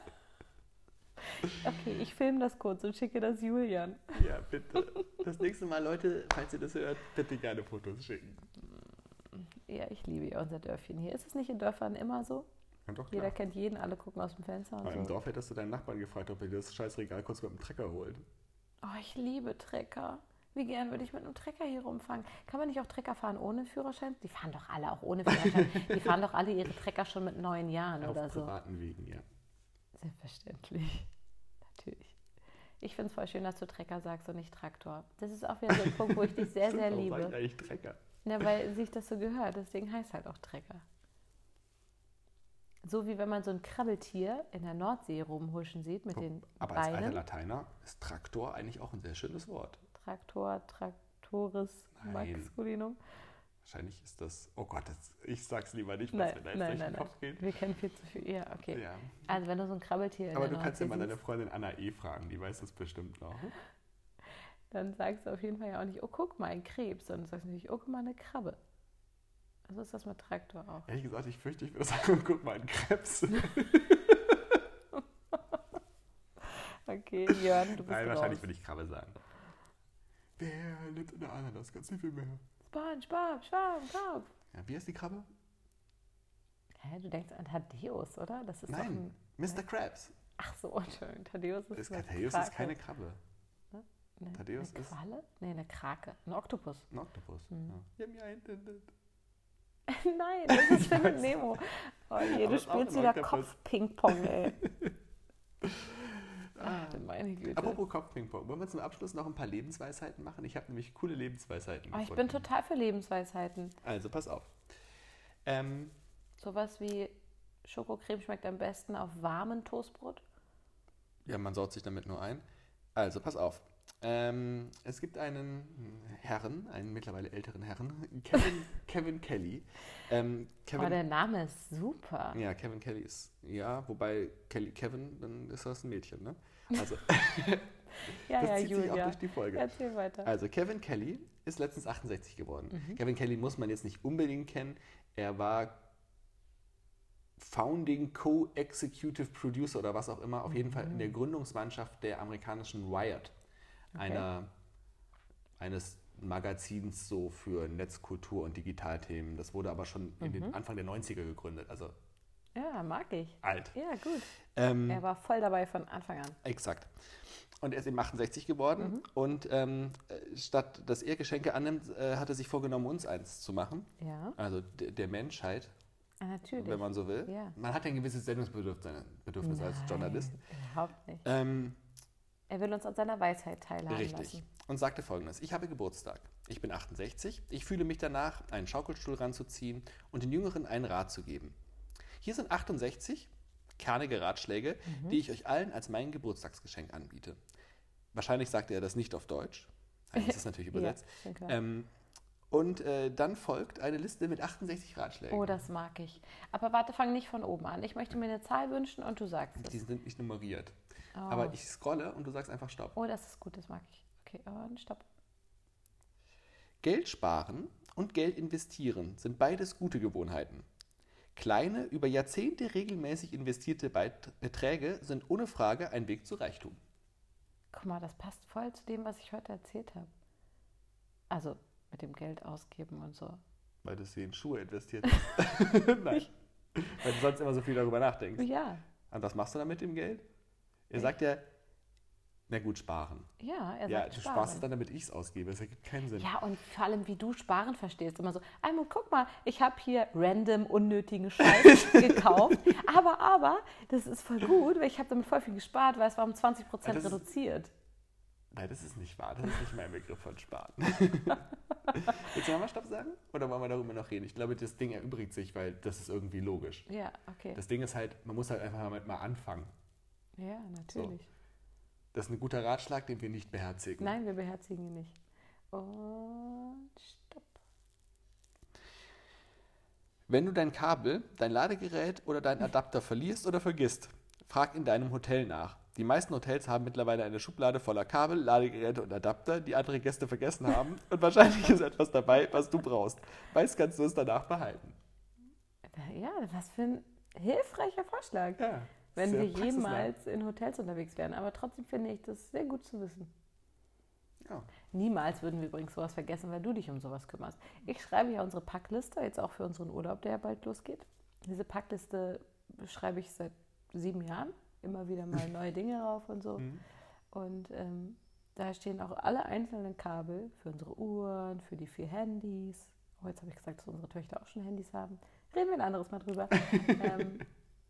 Speaker 5: Okay, ich filme das kurz und schicke das Julian.
Speaker 4: Ja, bitte. Das nächste Mal, Leute, falls ihr das hört, bitte gerne Fotos schicken.
Speaker 5: Ja, ich liebe ja unser Dörfchen hier. Ist es nicht in Dörfern immer so?
Speaker 4: Ja, doch,
Speaker 5: Jeder
Speaker 4: klar.
Speaker 5: kennt jeden, alle gucken aus dem Fenster
Speaker 4: Aber im
Speaker 5: und so.
Speaker 4: Dorf hättest du deinen Nachbarn gefragt, ob er dir das scheiß Regal kurz mit dem Trecker holt.
Speaker 5: Oh, ich liebe Trecker. Wie gern würde ich mit einem Trecker hier rumfahren? Kann man nicht auch Trecker fahren ohne Führerschein? Die fahren doch alle auch ohne Führerschein. Die fahren doch alle ihre Trecker schon mit neun Jahren
Speaker 4: Auf
Speaker 5: oder so.
Speaker 4: privaten Wegen, ja.
Speaker 5: Selbstverständlich. Natürlich. Ich finde es voll schön, dass du Trecker sagst und nicht Traktor. Das ist auch wieder so ein Punkt, wo ich dich sehr, sehr
Speaker 4: Warum sag ich
Speaker 5: liebe.
Speaker 4: eigentlich Trecker?
Speaker 5: Na, weil sich das so gehört. Deswegen heißt halt auch Trecker. So wie wenn man so ein Krabbeltier in der Nordsee rumhuschen sieht mit den
Speaker 4: Aber als alter
Speaker 5: Beinen.
Speaker 4: Lateiner ist Traktor eigentlich auch ein sehr schönes Wort.
Speaker 5: Traktor, Traktoris,
Speaker 4: Nein.
Speaker 5: Masculinum.
Speaker 4: Wahrscheinlich ist das. Oh Gott, das, ich sag's lieber nicht, was
Speaker 5: Nein,
Speaker 4: mir da jetzt
Speaker 5: nein,
Speaker 4: durch
Speaker 5: nein,
Speaker 4: den
Speaker 5: nein.
Speaker 4: Kopf geht.
Speaker 5: Wir kennen viel zu viel. Ja, okay.
Speaker 4: Ja.
Speaker 5: Also wenn du so ein Krabbeltier in
Speaker 4: Aber
Speaker 5: der
Speaker 4: du kannst ja
Speaker 5: Nordsee
Speaker 4: mal
Speaker 5: siehst,
Speaker 4: deine Freundin Anna E. fragen, die weiß das bestimmt noch.
Speaker 5: dann sagst du auf jeden Fall ja auch nicht, oh guck mal, ein Krebs, sondern du sagst natürlich, oh guck mal, eine Krabbe. So ist das mit Traktor auch.
Speaker 4: Ehrlich gesagt, ich fürchte, ich würde sagen, guck mal, ein Krebs.
Speaker 5: Okay, Jörn, du bist
Speaker 4: Nein,
Speaker 5: raus.
Speaker 4: wahrscheinlich würde ich Krabbe sagen. Wer lebt in der Ananas? Ganz viel mehr.
Speaker 5: SpongeBob, Schwamm, Kopf.
Speaker 4: Ja, wie heißt die Krabbe?
Speaker 5: Hä, du denkst an Thaddeus, oder? Das ist Doch
Speaker 4: Nein,
Speaker 5: ein,
Speaker 4: Mr. Krabs.
Speaker 5: ach so, Entschuldigung, Thaddeus ist,
Speaker 4: Ist,
Speaker 5: eine
Speaker 4: Thaddeus
Speaker 5: Krake.
Speaker 4: ist keine Krabbe.
Speaker 5: ne,
Speaker 4: Thaddeus
Speaker 5: eine
Speaker 4: ist-
Speaker 5: Qualle? Nee, eine Krake, ein Oktopus.
Speaker 4: Ein Oktopus. Mhm. Ja. Ich hab mich eintintet.
Speaker 5: Nein, das ist Findet Nemo. Oh je,
Speaker 4: Aber
Speaker 5: du
Speaker 4: ist auch
Speaker 5: spielst
Speaker 4: ein
Speaker 5: wieder
Speaker 4: Oktopus.
Speaker 5: Kopf-Ping-Pong, ey. Ach, du meine Güte.
Speaker 4: Ah. Apropos Kopfpingpong, wollen wir zum Abschluss noch ein paar Lebensweisheiten machen? Ich habe nämlich coole Lebensweisheiten.
Speaker 5: Aber Ah, ich bin
Speaker 4: gefunden.
Speaker 5: total für Lebensweisheiten.
Speaker 4: Also pass auf. Ähm,
Speaker 5: Sowas wie Schokocreme schmeckt am besten auf warmen Toastbrot.
Speaker 4: ja, man saut sich damit nur ein. Also pass auf. Ähm, es gibt einen Herren, einen mittlerweile älteren Herren, Kevin, Kevin Kelly. Ähm, Kevin,
Speaker 5: Aber Ah, der Name ist super.
Speaker 4: Ja, Kevin Kelly ist, ja, wobei Kelly, Kevin, dann ist das ein Mädchen, ne? Also,
Speaker 5: Ah Ja,
Speaker 4: das
Speaker 5: ja,
Speaker 4: zieht sich auch
Speaker 5: Julia.
Speaker 4: durch die Folge.
Speaker 5: Erzähl weiter.
Speaker 4: Also Kevin Kelly ist letztens 68 geworden. Kevin Kelly muss man jetzt nicht unbedingt kennen. Er war Founding Co-Executive Producer oder was auch immer, auf jeden Fall in der Gründungsmannschaft der amerikanischen Wired, einer, eines Magazins so für Netzkultur und Digitalthemen. Das wurde aber schon in den Anfang der 90er gegründet, also
Speaker 5: Ja, mag ich.
Speaker 4: alt.
Speaker 5: Ja, gut.
Speaker 4: Ähm,
Speaker 5: Er war voll dabei von Anfang an.
Speaker 4: Exakt. Und er ist eben 68 geworden
Speaker 5: Mhm.
Speaker 4: und ähm, äh, statt dass er Geschenke annimmt, äh, hat er sich vorgenommen, uns eins zu machen.
Speaker 5: Ja,
Speaker 4: Also de- der Menschheit,
Speaker 5: ah, natürlich.
Speaker 4: wenn man so will.
Speaker 5: Ja.
Speaker 4: Man hat ja ein gewisses Sendungsbedürfnis Bedürfnis als Journalist.
Speaker 5: Nein, Überhaupt nicht.
Speaker 4: Ähm,
Speaker 5: Er will uns an seiner Weisheit teilhaben
Speaker 4: richtig.
Speaker 5: lassen.
Speaker 4: Und sagte folgendes: Ich habe Geburtstag. Ich bin 68. Ich fühle mich danach, einen Schaukelstuhl ranzuziehen und den Jüngeren einen Rat zu geben. Hier sind 68 kernige Ratschläge,
Speaker 5: Mhm.
Speaker 4: die ich euch allen als mein Geburtstagsgeschenk anbiete. Wahrscheinlich sagte er das nicht auf Deutsch. Eigentlich ist das natürlich
Speaker 5: Ja,
Speaker 4: übersetzt.
Speaker 5: schon klar.
Speaker 4: ähm, Und äh, dann folgt eine Liste mit 68 Ratschlägen.
Speaker 5: Oh, das mag ich. Aber warte, fang nicht von oben an. Ich möchte mir eine Zahl wünschen und du sagst es.
Speaker 4: Die sind nicht nummeriert.
Speaker 5: Oh.
Speaker 4: Aber ich scrolle und du sagst einfach Stopp.
Speaker 5: oh, das ist gut, das mag ich. Okay, und stopp.
Speaker 4: Geld sparen und Geld investieren sind beides gute Gewohnheiten. Kleine, über Jahrzehnte regelmäßig investierte Beit- Beträge sind ohne Frage ein Weg zu Reichtum.
Speaker 5: Guck mal, das passt voll zu dem, was ich heute erzählt habe. Also mit dem Geld ausgeben und so.
Speaker 4: Weil du es in Schuhe investiert hast. Nein. Weil du sonst immer so viel darüber nachdenkst.
Speaker 5: Ja,
Speaker 4: Und was machst du dann mit dem Geld? Er sagt ja, na gut, sparen.
Speaker 5: ja, er
Speaker 4: Ja,
Speaker 5: sagt
Speaker 4: du
Speaker 5: sparen.
Speaker 4: sparst es dann, damit ich es ausgebe. Das ergibt keinen Sinn.
Speaker 5: Ja, und vor allem, wie du sparen verstehst. Immer so, Almut, guck mal, ich habe hier random unnötigen Scheiß gekauft. Aber, aber, das ist voll gut, weil ich habe damit voll viel gespart, weil es war um 20 Prozent
Speaker 4: Das ist-
Speaker 5: reduziert.
Speaker 4: Nein, das ist nicht wahr. Das ist nicht mein Begriff von sparen. Willst du nochmal Stopp sagen? Oder wollen wir darüber noch reden? Ich glaube, das Ding erübrigt sich, weil das ist irgendwie logisch.
Speaker 5: Ja, okay.
Speaker 4: Das Ding ist halt, man muss halt einfach damit mal anfangen.
Speaker 5: ja, natürlich.
Speaker 4: Das ist ein guter Ratschlag, den wir nicht beherzigen.
Speaker 5: Nein, wir beherzigen ihn nicht. Und stopp.
Speaker 4: Wenn du dein Kabel, dein Ladegerät oder deinen Adapter verlierst oder vergisst, frag in deinem Hotel nach. Die meisten Hotels haben mittlerweile eine Schublade voller Kabel, Ladegeräte und Adapter, die andere Gäste vergessen haben. Und wahrscheinlich ist etwas dabei, was du brauchst. Meist kannst du es danach behalten.
Speaker 5: Ja, was für ein hilfreicher Vorschlag.
Speaker 4: Ja,
Speaker 5: wenn
Speaker 4: sehr
Speaker 5: wir
Speaker 4: praxisnah.
Speaker 5: jemals in Hotels unterwegs wären. Aber trotzdem finde ich das sehr gut zu wissen.
Speaker 4: Ja.
Speaker 5: Niemals würden wir übrigens sowas vergessen, weil du dich um sowas kümmerst. Ich schreibe ja unsere Packliste, jetzt auch für unseren Urlaub, der ja bald losgeht. Diese Packliste schreibe ich seit sieben Jahren. Immer wieder mal neue Dinge rauf und so.
Speaker 4: Mhm.
Speaker 5: Und ähm, da stehen auch alle einzelnen Kabel für unsere Uhren, für die vier Handys. Oh, jetzt habe ich gesagt, dass unsere Töchter auch schon Handys haben. Reden wir ein anderes Mal drüber. ähm,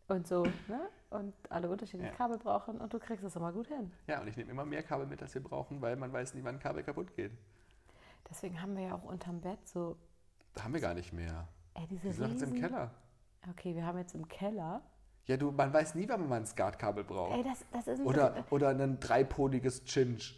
Speaker 5: und so, ne? Und alle unterschiedlichen
Speaker 4: Ja.
Speaker 5: Kabel brauchen und du kriegst das immer gut hin.
Speaker 4: ja, und ich nehme immer mehr Kabel mit, als wir brauchen, weil man weiß nie, wann ein Kabel kaputt geht.
Speaker 5: Deswegen haben wir ja auch unterm Bett so,
Speaker 4: Da haben wir gar nicht mehr.
Speaker 5: ey, diese
Speaker 4: Die sind doch jetzt im
Speaker 5: riesen-
Speaker 4: Keller.
Speaker 5: Okay, wir haben jetzt im Keller.
Speaker 4: Ja, du, man weiß nie, wann man mal ein Skatkabel braucht.
Speaker 5: Ey, das, Äh, das ist ein
Speaker 4: Oder, oder ein dreipoliges Chinch.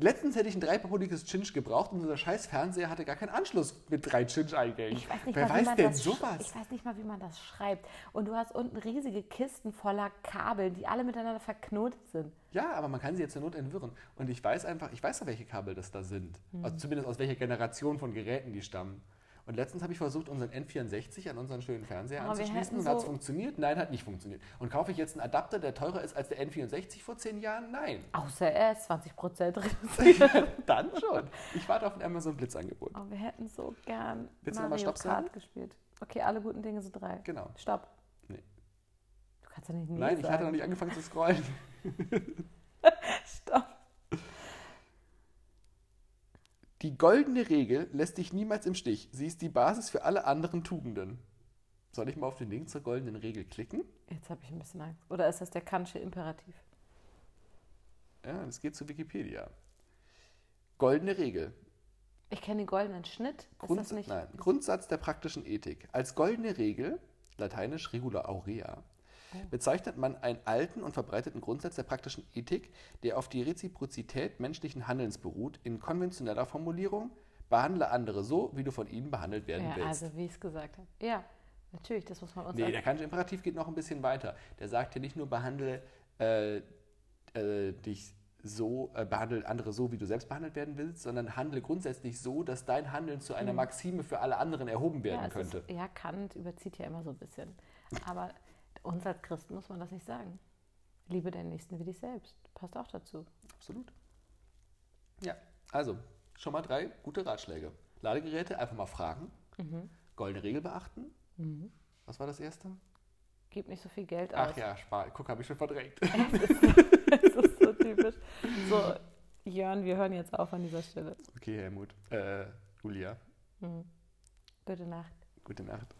Speaker 4: Letztens hätte ich ein dreipoliges Chinch gebraucht und unser scheiß Fernseher hatte gar keinen Anschluss mit drei Chinch-Eingängen.
Speaker 5: Ich weiß nicht,
Speaker 4: Wer
Speaker 5: mal, wie
Speaker 4: weiß
Speaker 5: man
Speaker 4: denn
Speaker 5: das sch- Ich
Speaker 4: sowas?
Speaker 5: weiß nicht mal, wie man das schreibt. Und du hast unten riesige Kisten voller Kabel, die alle miteinander verknotet sind.
Speaker 4: Ja, aber man kann sie jetzt zur Not entwirren. Und ich weiß einfach, ich weiß ja, welche Kabel das da sind.
Speaker 5: Hm.
Speaker 4: Also zumindest aus welcher Generation von Geräten die stammen. Und letztens habe ich versucht, unseren N64 an unseren schönen Fernseher
Speaker 5: Aber wir Oh, hätten
Speaker 4: anzuschließen. Hat es
Speaker 5: so-
Speaker 4: funktioniert? Nein, hat nicht funktioniert. Und kaufe ich jetzt einen Adapter, der teurer ist als der N64 vor zehn Jahren? Nein.
Speaker 5: Außer er ist 20 Prozent
Speaker 4: Dann schon. Ich warte auf ein Amazon-Blitzangebot.
Speaker 5: Oh, wir hätten so gern
Speaker 4: Willst du
Speaker 5: Mario
Speaker 4: nochmal Stopp
Speaker 5: Kart
Speaker 4: sagen?
Speaker 5: gespielt. Okay, alle guten Dinge sind drei.
Speaker 4: Genau.
Speaker 5: Stopp.
Speaker 4: Nee.
Speaker 5: Du kannst ja nicht nee
Speaker 4: Nein, ich hatte noch
Speaker 5: sagen.
Speaker 4: nicht angefangen zu scrollen.
Speaker 5: Stopp.
Speaker 4: Die goldene Regel lässt dich niemals im Stich. Sie ist die Basis für alle anderen Tugenden. Soll ich mal auf den Link zur goldenen Regel klicken?
Speaker 5: Jetzt habe ich ein bisschen Angst. Oder ist das der Kantsche Imperativ?
Speaker 4: Ja, das geht zu Wikipedia. Goldene Regel.
Speaker 5: Ich kenne den goldenen Schnitt. Ist das
Speaker 4: Grunds
Speaker 5: nicht?
Speaker 4: Nein, Grundsatz der praktischen Ethik. Als goldene Regel, lateinisch Regula aurea,
Speaker 5: Oh.
Speaker 4: bezeichnet man einen alten und verbreiteten Grundsatz der praktischen Ethik, der auf die Reziprozität menschlichen Handelns beruht, in konventioneller Formulierung, behandle andere so, wie du von ihnen behandelt werden
Speaker 5: Ja,
Speaker 4: willst.
Speaker 5: also wie ich es gesagt habe. Ja, natürlich, das muss man uns
Speaker 4: Nee,
Speaker 5: als-
Speaker 4: der kantische Imperativ geht noch ein bisschen weiter. Der sagt ja nicht nur behandle äh, äh, dich so, äh, behandle andere so, wie du selbst behandelt werden willst, sondern handle grundsätzlich so, dass dein Handeln zu einer Maxime für alle anderen erhoben werden
Speaker 5: Mhm. ja, es
Speaker 4: könnte.
Speaker 5: Ist, ja, Kant überzieht ja immer so ein bisschen. Aber uns als Christen muss man das nicht sagen. Liebe deinen Nächsten wie dich selbst. Passt auch dazu.
Speaker 4: Absolut. Ja, also schon mal drei gute Ratschläge. Ladegeräte einfach mal fragen,
Speaker 5: Mhm.
Speaker 4: goldene Regel beachten. Was war das erste?
Speaker 5: Gib nicht so viel Geld aus.
Speaker 4: Ach ja, Spar. Guck, habe ich schon verdrängt.
Speaker 5: Das ist so typisch. So, Jörn, wir hören jetzt auf an dieser Stelle. Hm.
Speaker 4: Okay, Helmut. Äh, Julia,
Speaker 5: Gute Nacht.
Speaker 4: gute Nacht.